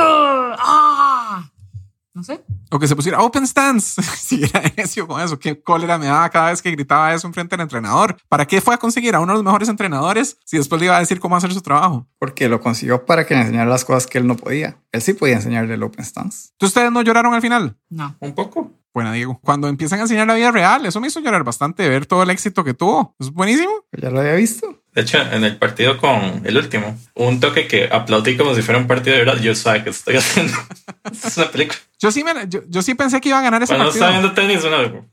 Speaker 4: ah". No sé.
Speaker 1: O que se pusiera open stance. Si era eso con eso, qué cólera me daba cada vez que gritaba eso enfrente del entrenador. ¿Para qué fue a conseguir a uno de los mejores entrenadores si después le iba a decir cómo hacer su trabajo?
Speaker 3: Porque lo consiguió para que le enseñara las cosas que él no podía. Él sí podía enseñarle el open stance.
Speaker 1: ¿Tú ustedes no lloraron al final?
Speaker 4: No.
Speaker 2: Un poco.
Speaker 1: Bueno, Diego, cuando empiezan a enseñar la vida real, eso me hizo llorar bastante, ver todo el éxito que tuvo. Es buenísimo.
Speaker 3: Yo ya lo había visto.
Speaker 2: De hecho, en el partido con el último, hubo un toque que aplaudí como si fuera un partido de verdad. Yo sabía que estoy haciendo. es una película.
Speaker 1: Yo sí, me- yo, yo sí pensé que iba a ganar ese
Speaker 2: Cuando
Speaker 1: partido.
Speaker 2: estaba viendo tenis, uno.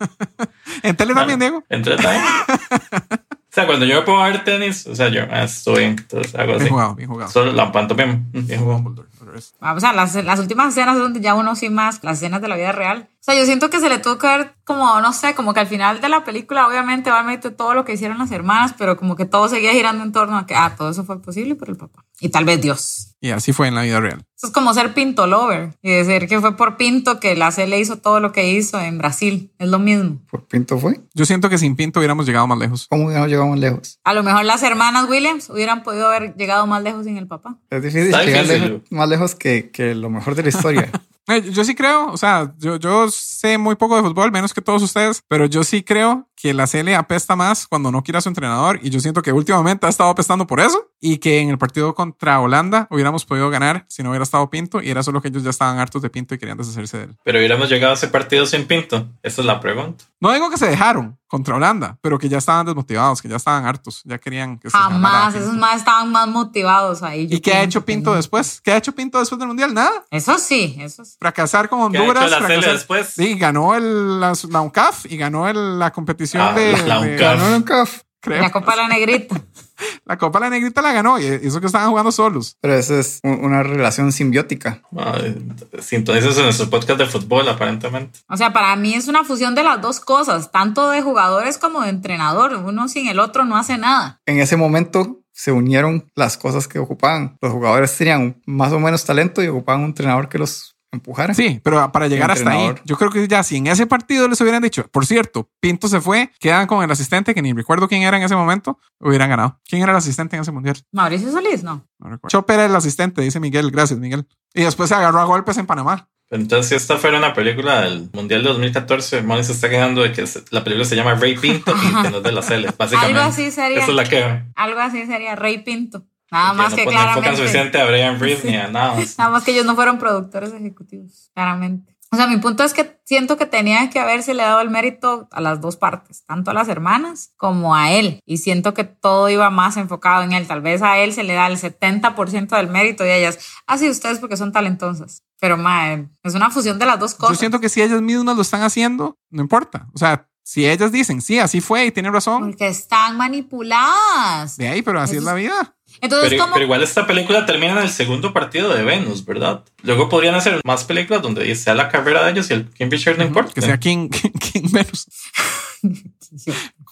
Speaker 1: En tele
Speaker 4: Ah,
Speaker 1: también, Diego.
Speaker 2: Entre también. O sea, cuando yo me pongo a ver tenis, o sea, yo ah, estoy bien, entonces hago
Speaker 1: Bien
Speaker 2: así.
Speaker 1: jugado, bien jugado.
Speaker 2: Solo la pantomima. Bien jugado.
Speaker 4: Ah, O sea, las, las últimas escenas donde ya uno sí más, las escenas de la vida real. O sea, yo siento que se le tuvo que ver como, no sé, como que al final de la película, obviamente, obviamente todo lo que hicieron las hermanas, pero como que todo seguía girando en torno a que, ah, todo eso fue posible por el papá. Y tal vez Dios.
Speaker 1: Y así fue en la vida real.
Speaker 4: Eso es como ser Pinto Lover y decir que fue por Pinto que la CL hizo todo lo que hizo en Brasil. Es lo mismo.
Speaker 3: Por Pinto fue.
Speaker 1: Yo siento que sin Pinto hubiéramos llegado más lejos.
Speaker 3: ¿Cómo no llegamos lejos?
Speaker 4: A lo mejor las hermanas Williams hubieran podido haber llegado más lejos sin el papá.
Speaker 3: Es difícil
Speaker 2: Está
Speaker 3: llegar
Speaker 2: difícil.
Speaker 3: lejos- más lejos que, que lo mejor de la historia.
Speaker 1: Eh, Yo yo sí creo, o sea, yo, yo sé muy poco de fútbol, menos que todos ustedes, pero yo sí creo que la CL apesta más cuando no quiere a su entrenador y yo siento que últimamente ha estado apestando por eso y que en el partido contra Holanda hubiéramos podido ganar si no hubiera estado Pinto y era solo que ellos ya estaban hartos de Pinto y querían deshacerse de él.
Speaker 2: Pero hubiéramos llegado a ese partido sin Pinto. Esa es la pregunta.
Speaker 1: No digo que se dejaron contra Holanda, pero que ya estaban desmotivados, que ya estaban hartos, ya querían que se ganara
Speaker 4: Jamás.
Speaker 1: Pinto.
Speaker 4: Esos más estaban más motivados ahí. yo
Speaker 1: ¿Y qué ha
Speaker 4: creo
Speaker 1: hecho
Speaker 4: que
Speaker 1: Pinto
Speaker 4: no.
Speaker 1: después? ¿Qué ha hecho Pinto después del Mundial? Nada.
Speaker 4: Eso sí, eso sí.
Speaker 1: Fracasar con
Speaker 2: ¿Qué ha hecho
Speaker 1: Honduras.
Speaker 2: la CL
Speaker 1: fracasar-
Speaker 2: después?
Speaker 1: Sí, ganó el, la, la UNCAF y ganó el- la competición
Speaker 2: Ah,
Speaker 1: de,
Speaker 2: la
Speaker 1: de-
Speaker 2: UNCAF.
Speaker 3: No, nunca. f-
Speaker 1: creo.
Speaker 4: La Copa de la Negrita.
Speaker 1: La Copa La Negrita la ganó y eso que estaban jugando solos.
Speaker 3: Pero esa es u- una relación simbiótica.
Speaker 2: Madre, Sintonizas en nuestro podcast de fútbol, aparentemente.
Speaker 4: O sea, para mí es una fusión de las dos cosas, tanto de jugadores como de entrenador. Uno sin el otro no hace nada.
Speaker 3: En ese momento se unieron las cosas que ocupaban. Los jugadores tenían un- más o menos talento y ocupaban un entrenador que los empujara.
Speaker 1: Sí, pero para llegar hasta ahí,
Speaker 3: Entrenador.
Speaker 1: yo creo que ya si en ese partido les hubieran dicho, por cierto, Pinto se fue, quedan con el asistente, que ni recuerdo quién era en ese momento, hubieran ganado. ¿Quién era el asistente en ese mundial?
Speaker 4: Mauricio Solís, no.
Speaker 1: No recuerdo. Chopper era el asistente, dice Miguel. Gracias, Miguel. Y después se agarró a golpes en Panamá.
Speaker 2: Pero Entonces, si esta fuera una película del Mundial de 2014, Moni se está quejando de que se- la película se llama Ray Pinto y que no es de la CL, básicamente.
Speaker 4: Algo así sería.
Speaker 2: Esa es la queja.
Speaker 4: Algo así sería Rey Pinto. Nada
Speaker 2: Que
Speaker 4: más
Speaker 2: pues, no
Speaker 4: que
Speaker 2: pone- enfocan
Speaker 4: claramente.
Speaker 2: suficiente a Brian Reed ni a nada más.
Speaker 4: Nada más que ellos no fueron productores ejecutivos, claramente. O sea, mi punto es que siento que tenía que haberse le dado el mérito a las dos partes, tanto a las hermanas como a él. Y siento que todo iba más enfocado en él. Tal vez a él se le da el 70% del mérito y a ellas, así ustedes porque son talentosas. Pero, madre, es una fusión de las dos
Speaker 1: Yo
Speaker 4: cosas.
Speaker 1: siento que si ellas mismas lo están haciendo, no importa. O sea, si ellas dicen, sí, así fue y tienen razón,
Speaker 4: Porque están manipuladas.
Speaker 1: de ahí, pero así
Speaker 4: Eso
Speaker 1: es la vida.
Speaker 4: Entonces,
Speaker 2: Pero,
Speaker 4: ¿cómo?
Speaker 2: pero igual esta película termina en el segundo partido de Venus, ¿verdad? Luego podrían hacer más películas donde sea la carrera de ellos y el Kim Fisher no importa.
Speaker 1: Que sea King, King, King Venus.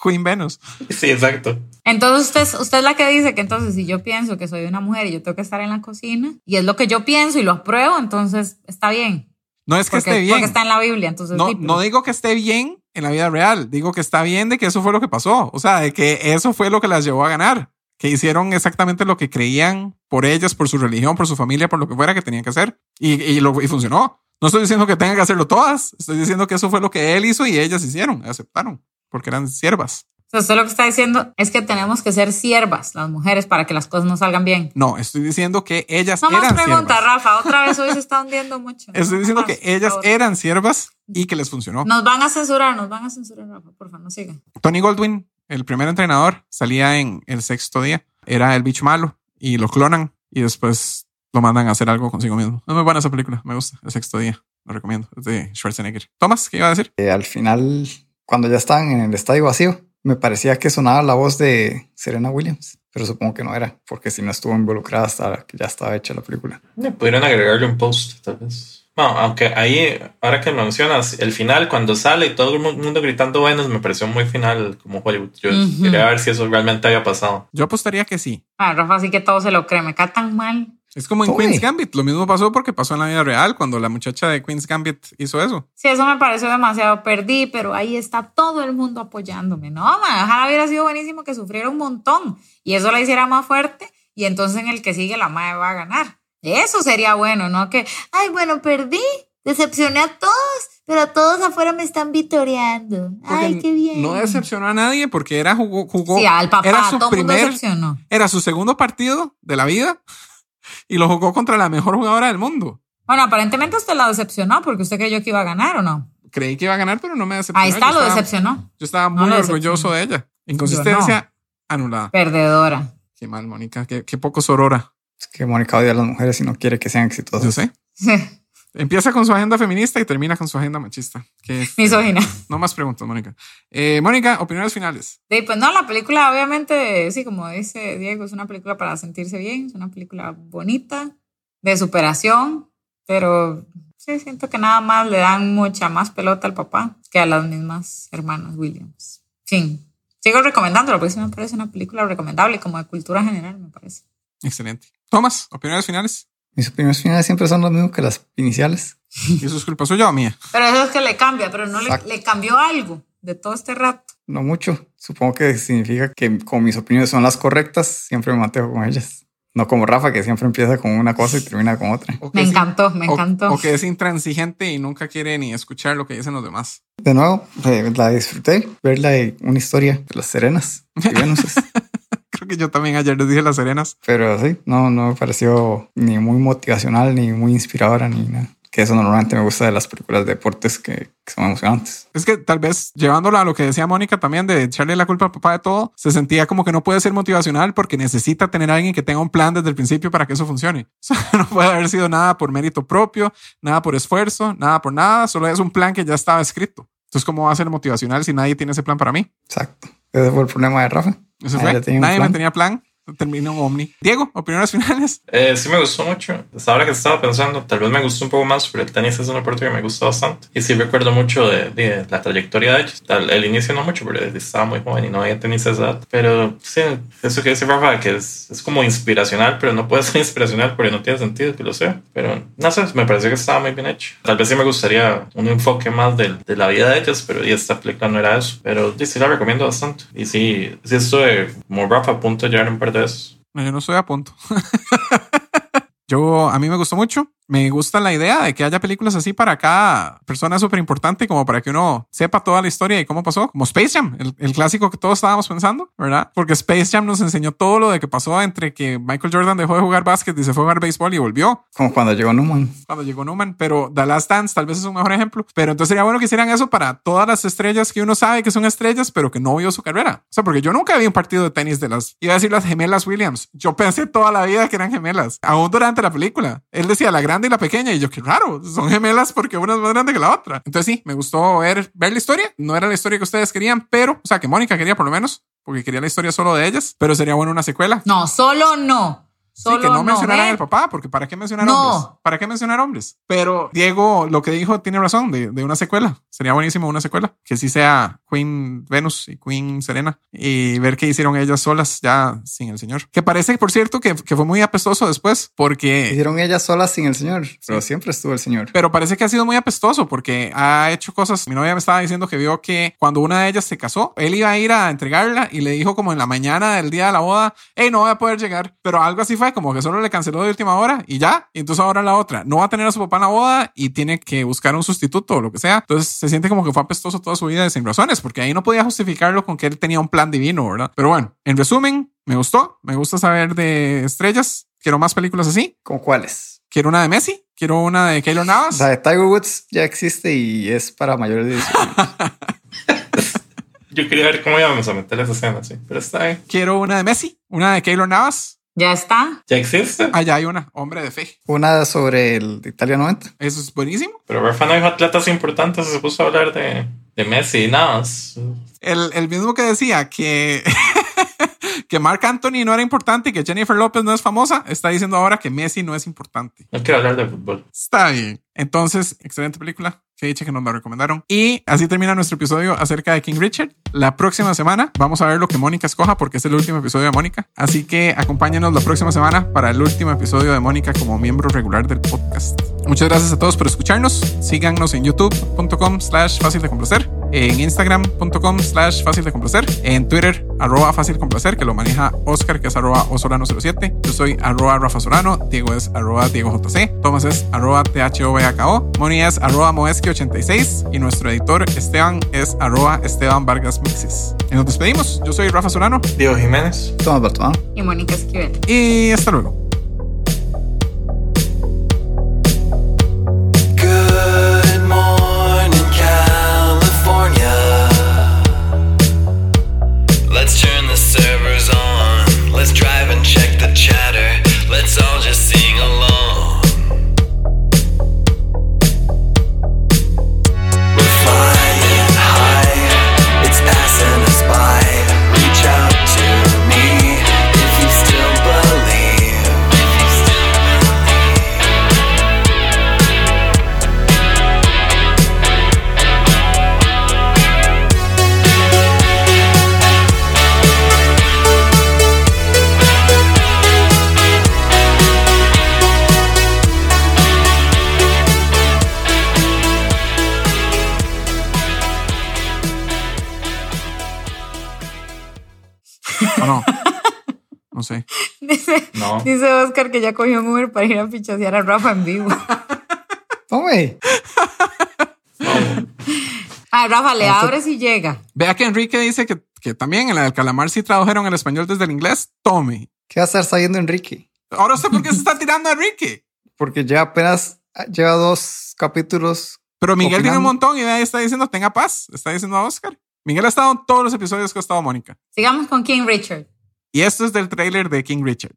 Speaker 1: Queen Venus.
Speaker 2: Sí, exacto.
Speaker 4: Entonces usted, es- usted es la que dice que entonces si yo pienso que soy una mujer y yo tengo que estar en la cocina y es lo que yo pienso y lo apruebo, entonces está bien.
Speaker 1: No es que
Speaker 4: porque,
Speaker 1: esté bien.
Speaker 4: porque está en la Biblia, entonces
Speaker 1: no,
Speaker 4: sí, pero-
Speaker 1: no digo que esté bien en la vida real, digo que está bien de que eso fue lo que pasó, o sea, de que eso fue lo que las llevó a ganar, que hicieron exactamente lo que creían por ellas, por su religión, por su familia, por lo que fuera que tenían que hacer, y, y lo, y funcionó. No estoy diciendo que tengan que hacerlo todas, estoy diciendo que eso fue lo que él hizo y ellas hicieron, aceptaron, porque eran siervas.
Speaker 4: O sea, usted lo que está diciendo es que tenemos que ser siervas, las mujeres, para que las cosas no salgan bien.
Speaker 1: No, estoy diciendo que ellas
Speaker 4: No más
Speaker 1: eran
Speaker 4: preguntas,
Speaker 1: siervas.
Speaker 4: Rafa. Otra vez hoy se está hundiendo mucho.
Speaker 1: Estoy diciendo que ellas
Speaker 4: eran
Speaker 1: eran siervas y que les funcionó.
Speaker 4: Nos van a censurar, nos van a censurar, Rafa, por favor, no siga.
Speaker 1: Tony Goldwyn, el primer entrenador, salía en el sexto día. Era el bicho malo y lo clonan y después lo mandan a hacer algo consigo mismo. Es muy buena esa película, me gusta. El sexto día, lo recomiendo. Es de Schwarzenegger. Tomás, ¿qué iba a decir?
Speaker 3: Eh, al final, cuando ya estaban en el estadio vacío, me parecía que sonaba la voz de Serena Williams, pero supongo que no era, porque si no estuvo involucrada hasta que ya estaba hecha la película.
Speaker 2: Le pudieron agregarle un post, tal vez. Bueno, aunque ahí, ahora que lo mencionas, el final, cuando sale y todo el mu- mundo gritando buenos, me pareció muy final como Hollywood. Yo
Speaker 4: Ujú.
Speaker 2: quería ver si eso realmente había pasado.
Speaker 1: Yo apostaría que sí.
Speaker 4: Ah, Rafa, así que todo se lo cree, me cae tan mal.
Speaker 1: Es como en
Speaker 3: Uy.
Speaker 1: Queen's Gambit. Lo mismo pasó porque pasó en la vida real cuando la muchacha de Queen's Gambit hizo eso.
Speaker 4: Sí, eso me pareció demasiado, perdí, pero ahí está todo el mundo apoyándome. No, man, ojalá hubiera sido buenísimo que sufriera un montón y eso la hiciera más fuerte y entonces en el que sigue la madre va a ganar. Eso sería bueno, ¿no? Que, ay, bueno, perdí, decepcioné a todos, pero a todos afuera me están vitoreando. Ay,
Speaker 1: Porque
Speaker 4: qué bien.
Speaker 1: No decepcionó a nadie porque era jugó, jugó
Speaker 4: Sí, al papá,
Speaker 1: era
Speaker 4: a
Speaker 1: su
Speaker 4: todo el mundo
Speaker 1: primer
Speaker 4: decepcionó.
Speaker 1: era su segundo partido de la vida y lo jugó contra la mejor jugadora del mundo.
Speaker 4: Bueno, aparentemente usted la decepcionó porque usted creyó que iba a ganar o no.
Speaker 1: Creí que iba a ganar, pero no me decepcionó.
Speaker 4: Ahí está,
Speaker 1: Yo
Speaker 4: lo
Speaker 1: estaba-
Speaker 4: decepcionó.
Speaker 1: Yo estaba
Speaker 4: No
Speaker 1: muy
Speaker 4: lo
Speaker 1: orgulloso
Speaker 4: decepcionó.
Speaker 1: de ella. Inconsistencia anulada.
Speaker 4: Perdedora.
Speaker 1: Qué mal, Mónica. Qué, qué poco sorora.
Speaker 3: Es que Mónica odia a las mujeres y no quiere que sean exitosas.
Speaker 1: Yo sé. Empieza con su agenda feminista y termina con su agenda machista. Que es-
Speaker 4: Misógina.
Speaker 1: no más preguntas, Mónica. Eh, Mónica, opiniones finales.
Speaker 4: Sí, pues no, la película obviamente, sí, como dice Diego, es una película para sentirse bien, es una película bonita, de superación, pero sí, siento que nada más le dan mucha más pelota al papá que a las mismas hermanas Williams. Fin. Sigo recomendándola porque sí me parece una película recomendable, como de cultura general, me parece.
Speaker 1: Excelente. Tomás, opiniones finales.
Speaker 3: Mis opiniones finales siempre son las mismas que las iniciales.
Speaker 1: ¿Y eso es culpa suya o mía?
Speaker 4: Pero eso es que le cambia, pero no le,
Speaker 3: Exacto.
Speaker 4: le cambió algo de todo este rato.
Speaker 3: No mucho. Supongo que significa que como mis opiniones son las correctas, siempre me mantengo con ellas. No como Rafa, que siempre empieza con una cosa y termina con otra.
Speaker 1: O que
Speaker 4: Me
Speaker 1: es in-
Speaker 4: encantó, me
Speaker 1: o-
Speaker 4: encantó.
Speaker 1: O, que es intransigente y nunca quiere ni escuchar lo que dicen los demás.
Speaker 3: De nuevo, eh, la disfruté. Verla de una historia de las serenas y Venuses.
Speaker 1: Creo que yo también ayer les dije las serenas.
Speaker 3: Pero sí, no, no me pareció ni muy motivacional, ni muy inspiradora, ni nada. Que eso normalmente me gusta de las películas de deportes que, que son emocionantes.
Speaker 1: Es que tal vez llevándolo a lo que decía Mónica también de echarle la culpa al papá de todo, se sentía como que no puede ser motivacional porque necesita tener a alguien que tenga un plan desde el principio para que eso funcione. O sea, no puede haber sido nada por mérito propio, nada por esfuerzo, nada por nada, solo es un plan que ya estaba escrito. Entonces, ¿cómo va a ser motivacional si nadie tiene ese plan para mí?
Speaker 3: Exacto. Ese fue el problema de Rafa.
Speaker 1: Eso
Speaker 3: Nadie
Speaker 1: fue.
Speaker 3: le tenía un
Speaker 1: Nadie me
Speaker 3: plan.
Speaker 1: tenía plan. Terminó en Omni. Diego, opiniones finales.
Speaker 2: Eh, sí me gustó mucho. Hasta ahora que estaba pensando, tal vez me gustó un poco más, pero el tenis es un deporte que me gusta bastante. Y sí recuerdo mucho de, de la trayectoria de ellos. Al- el inicio no mucho, pero estaba muy joven y no había tenis a esa edad. Pero sí, eso que dice Rafa, que es, es como inspiracional, pero no puede ser inspiracional porque no tiene sentido que lo sea. Pero no sé, me pareció que estaba muy bien hecho. Tal vez sí me gustaría un enfoque más del- de, la vida de ellos, pero y esta película no era eso. Pero sí, sí la recomiendo bastante. Y sí, sí estuve como Rafa a punto de llegar un par de veces.
Speaker 1: No, yo no estoy a punto. Yo, a mí me gustó mucho. Me gusta la idea de que haya películas así para cada persona súper importante, como para que uno sepa toda la historia y cómo pasó, como Space Jam, el, el clásico que todos estábamos pensando, ¿verdad? Porque Space Jam nos enseñó todo lo de que pasó entre que Michael Jordan dejó de jugar básquet y se fue a jugar béisbol y volvió
Speaker 3: Como cuando llegó Newman.
Speaker 1: cuando llegó Newman, pero The Last Dance tal vez es un mejor ejemplo. Pero entonces sería bueno que hicieran eso para todas las estrellas que uno sabe que son estrellas, pero que no vio su carrera. O sea, porque yo nunca vi un partido de tenis de las, iba a decir las gemelas Williams. Yo pensé toda la vida que eran gemelas, aún durante la película. Él decía la grande y la pequeña, y yo, qué raro, son gemelas porque una es más grande que la otra. Entonces sí, me gustó ver, ver la historia. No era la historia que ustedes querían, pero, o sea, que Mónica quería por lo menos, porque quería la historia solo de ellas, pero sería bueno una secuela.
Speaker 4: No, solo no.
Speaker 1: Sí,
Speaker 4: Solo
Speaker 1: que no mencionaran
Speaker 4: ¿eh?
Speaker 1: al papá, porque ¿para qué mencionar
Speaker 4: No.
Speaker 1: hombres? ¿Para qué mencionar hombres? Pero Diego, lo que dijo tiene razón de, de una secuela. Sería buenísimo una secuela que sí sea Queen Venus y Queen Serena y ver qué hicieron ellas solas ya sin el señor. Que parece, por cierto, que, que fue muy apestoso después porque...
Speaker 3: Hicieron ellas solas sin el señor, pero siempre estuvo el señor.
Speaker 1: Pero parece que ha sido muy apestoso porque ha hecho cosas. Mi novia me estaba diciendo que vio que cuando una de ellas se casó, él iba a ir a entregarla y le dijo como en la mañana del día de la boda, hey, no voy a poder llegar. Pero algo así fue como que solo le canceló de última hora y ya. Y entonces ahora la otra no va a tener a su papá en la boda y tiene que buscar un sustituto o lo que sea. Entonces se siente como que fue apestoso toda su vida y sin razones porque ahí no podía justificarlo con que él tenía un plan divino, ¿verdad? Pero bueno, en resumen, me gustó. Me gusta saber de estrellas. Quiero más películas así.
Speaker 3: ¿Con cuáles?
Speaker 1: Quiero una de Messi. Quiero una de Keylor Navas.
Speaker 3: La de Tiger Woods ya existe y es para mayores de 18 años.
Speaker 2: Yo quería ver cómo íbamos a meter esa escena, sí. Pero está bien.
Speaker 1: Quiero una de Messi, una de Keylor Navas.
Speaker 4: Ya está.
Speaker 2: ¿Ya existe?
Speaker 1: Allá hay una, hombre de fe.
Speaker 3: Una sobre el de Italia 90.
Speaker 1: Eso es buenísimo.
Speaker 2: Pero Rafa no dijo atletas importantes, se puso a hablar de, de Messi y nada más.
Speaker 1: El, el mismo que decía que, que Mark Anthony no era importante y que Jennifer López no es famosa, está diciendo ahora que Messi no es importante.
Speaker 2: No quiero hablar de fútbol.
Speaker 1: Está bien. Entonces, excelente película. Que dicha que nos la recomendaron. Y así termina nuestro episodio acerca de King Richard. La próxima semana vamos a ver lo que Mónica escoja porque es el último episodio de Mónica. Así que acompáñenos la próxima semana para el último episodio de Mónica como miembro regular del podcast. Muchas gracias a todos por escucharnos. Síganos en youtube.com slash fácil de complacer, en instagram.com slash fácil de complacer, en twitter arroba fácil complacer que lo maneja Oscar que es arroba osolano07. Yo soy arroba Rafa Solano, Diego es arroba Diego JC, Tomás es arroba THOVA acabó. Moni es arroba moeski86 y nuestro editor Esteban es arroba Esteban Vargas Mixes. Y nos despedimos. Yo soy Rafa Solano
Speaker 2: Diego Jiménez.
Speaker 3: Toma, Bartolomé.
Speaker 4: Y Mónica Esquivel.
Speaker 1: y hasta luego.
Speaker 7: Good morning, California. Let's turn the servers on. Let's drive and check the chatter. Let's all just sing along. We're flying high. It's passing us by. Reach out to me if you still believe. If you still believe.
Speaker 1: ¿O no? No sé.
Speaker 4: Dice,
Speaker 2: No.
Speaker 4: dice Oscar que ya cogió un Uber para ir a pichasear a Rafa en vivo.
Speaker 3: Tome.
Speaker 4: Ah, Rafa, le abres y llega.
Speaker 1: Vea que Enrique dice que, que también en la del calamar sí tradujeron el español desde el inglés. Tome.
Speaker 3: ¿Qué va a estar saliendo Enrique?
Speaker 1: Ahora sé por qué se está tirando a Enrique.
Speaker 3: Porque ya apenas lleva dos capítulos.
Speaker 1: Pero Miguel tiene un
Speaker 3: Opinando.
Speaker 1: montón y ahí está diciendo tenga paz. Está diciendo a Oscar. Miguel ha estado en todos los episodios que ha estado Mónica.
Speaker 4: Sigamos con King Richard.
Speaker 1: Y esto es del tráiler de King Richard.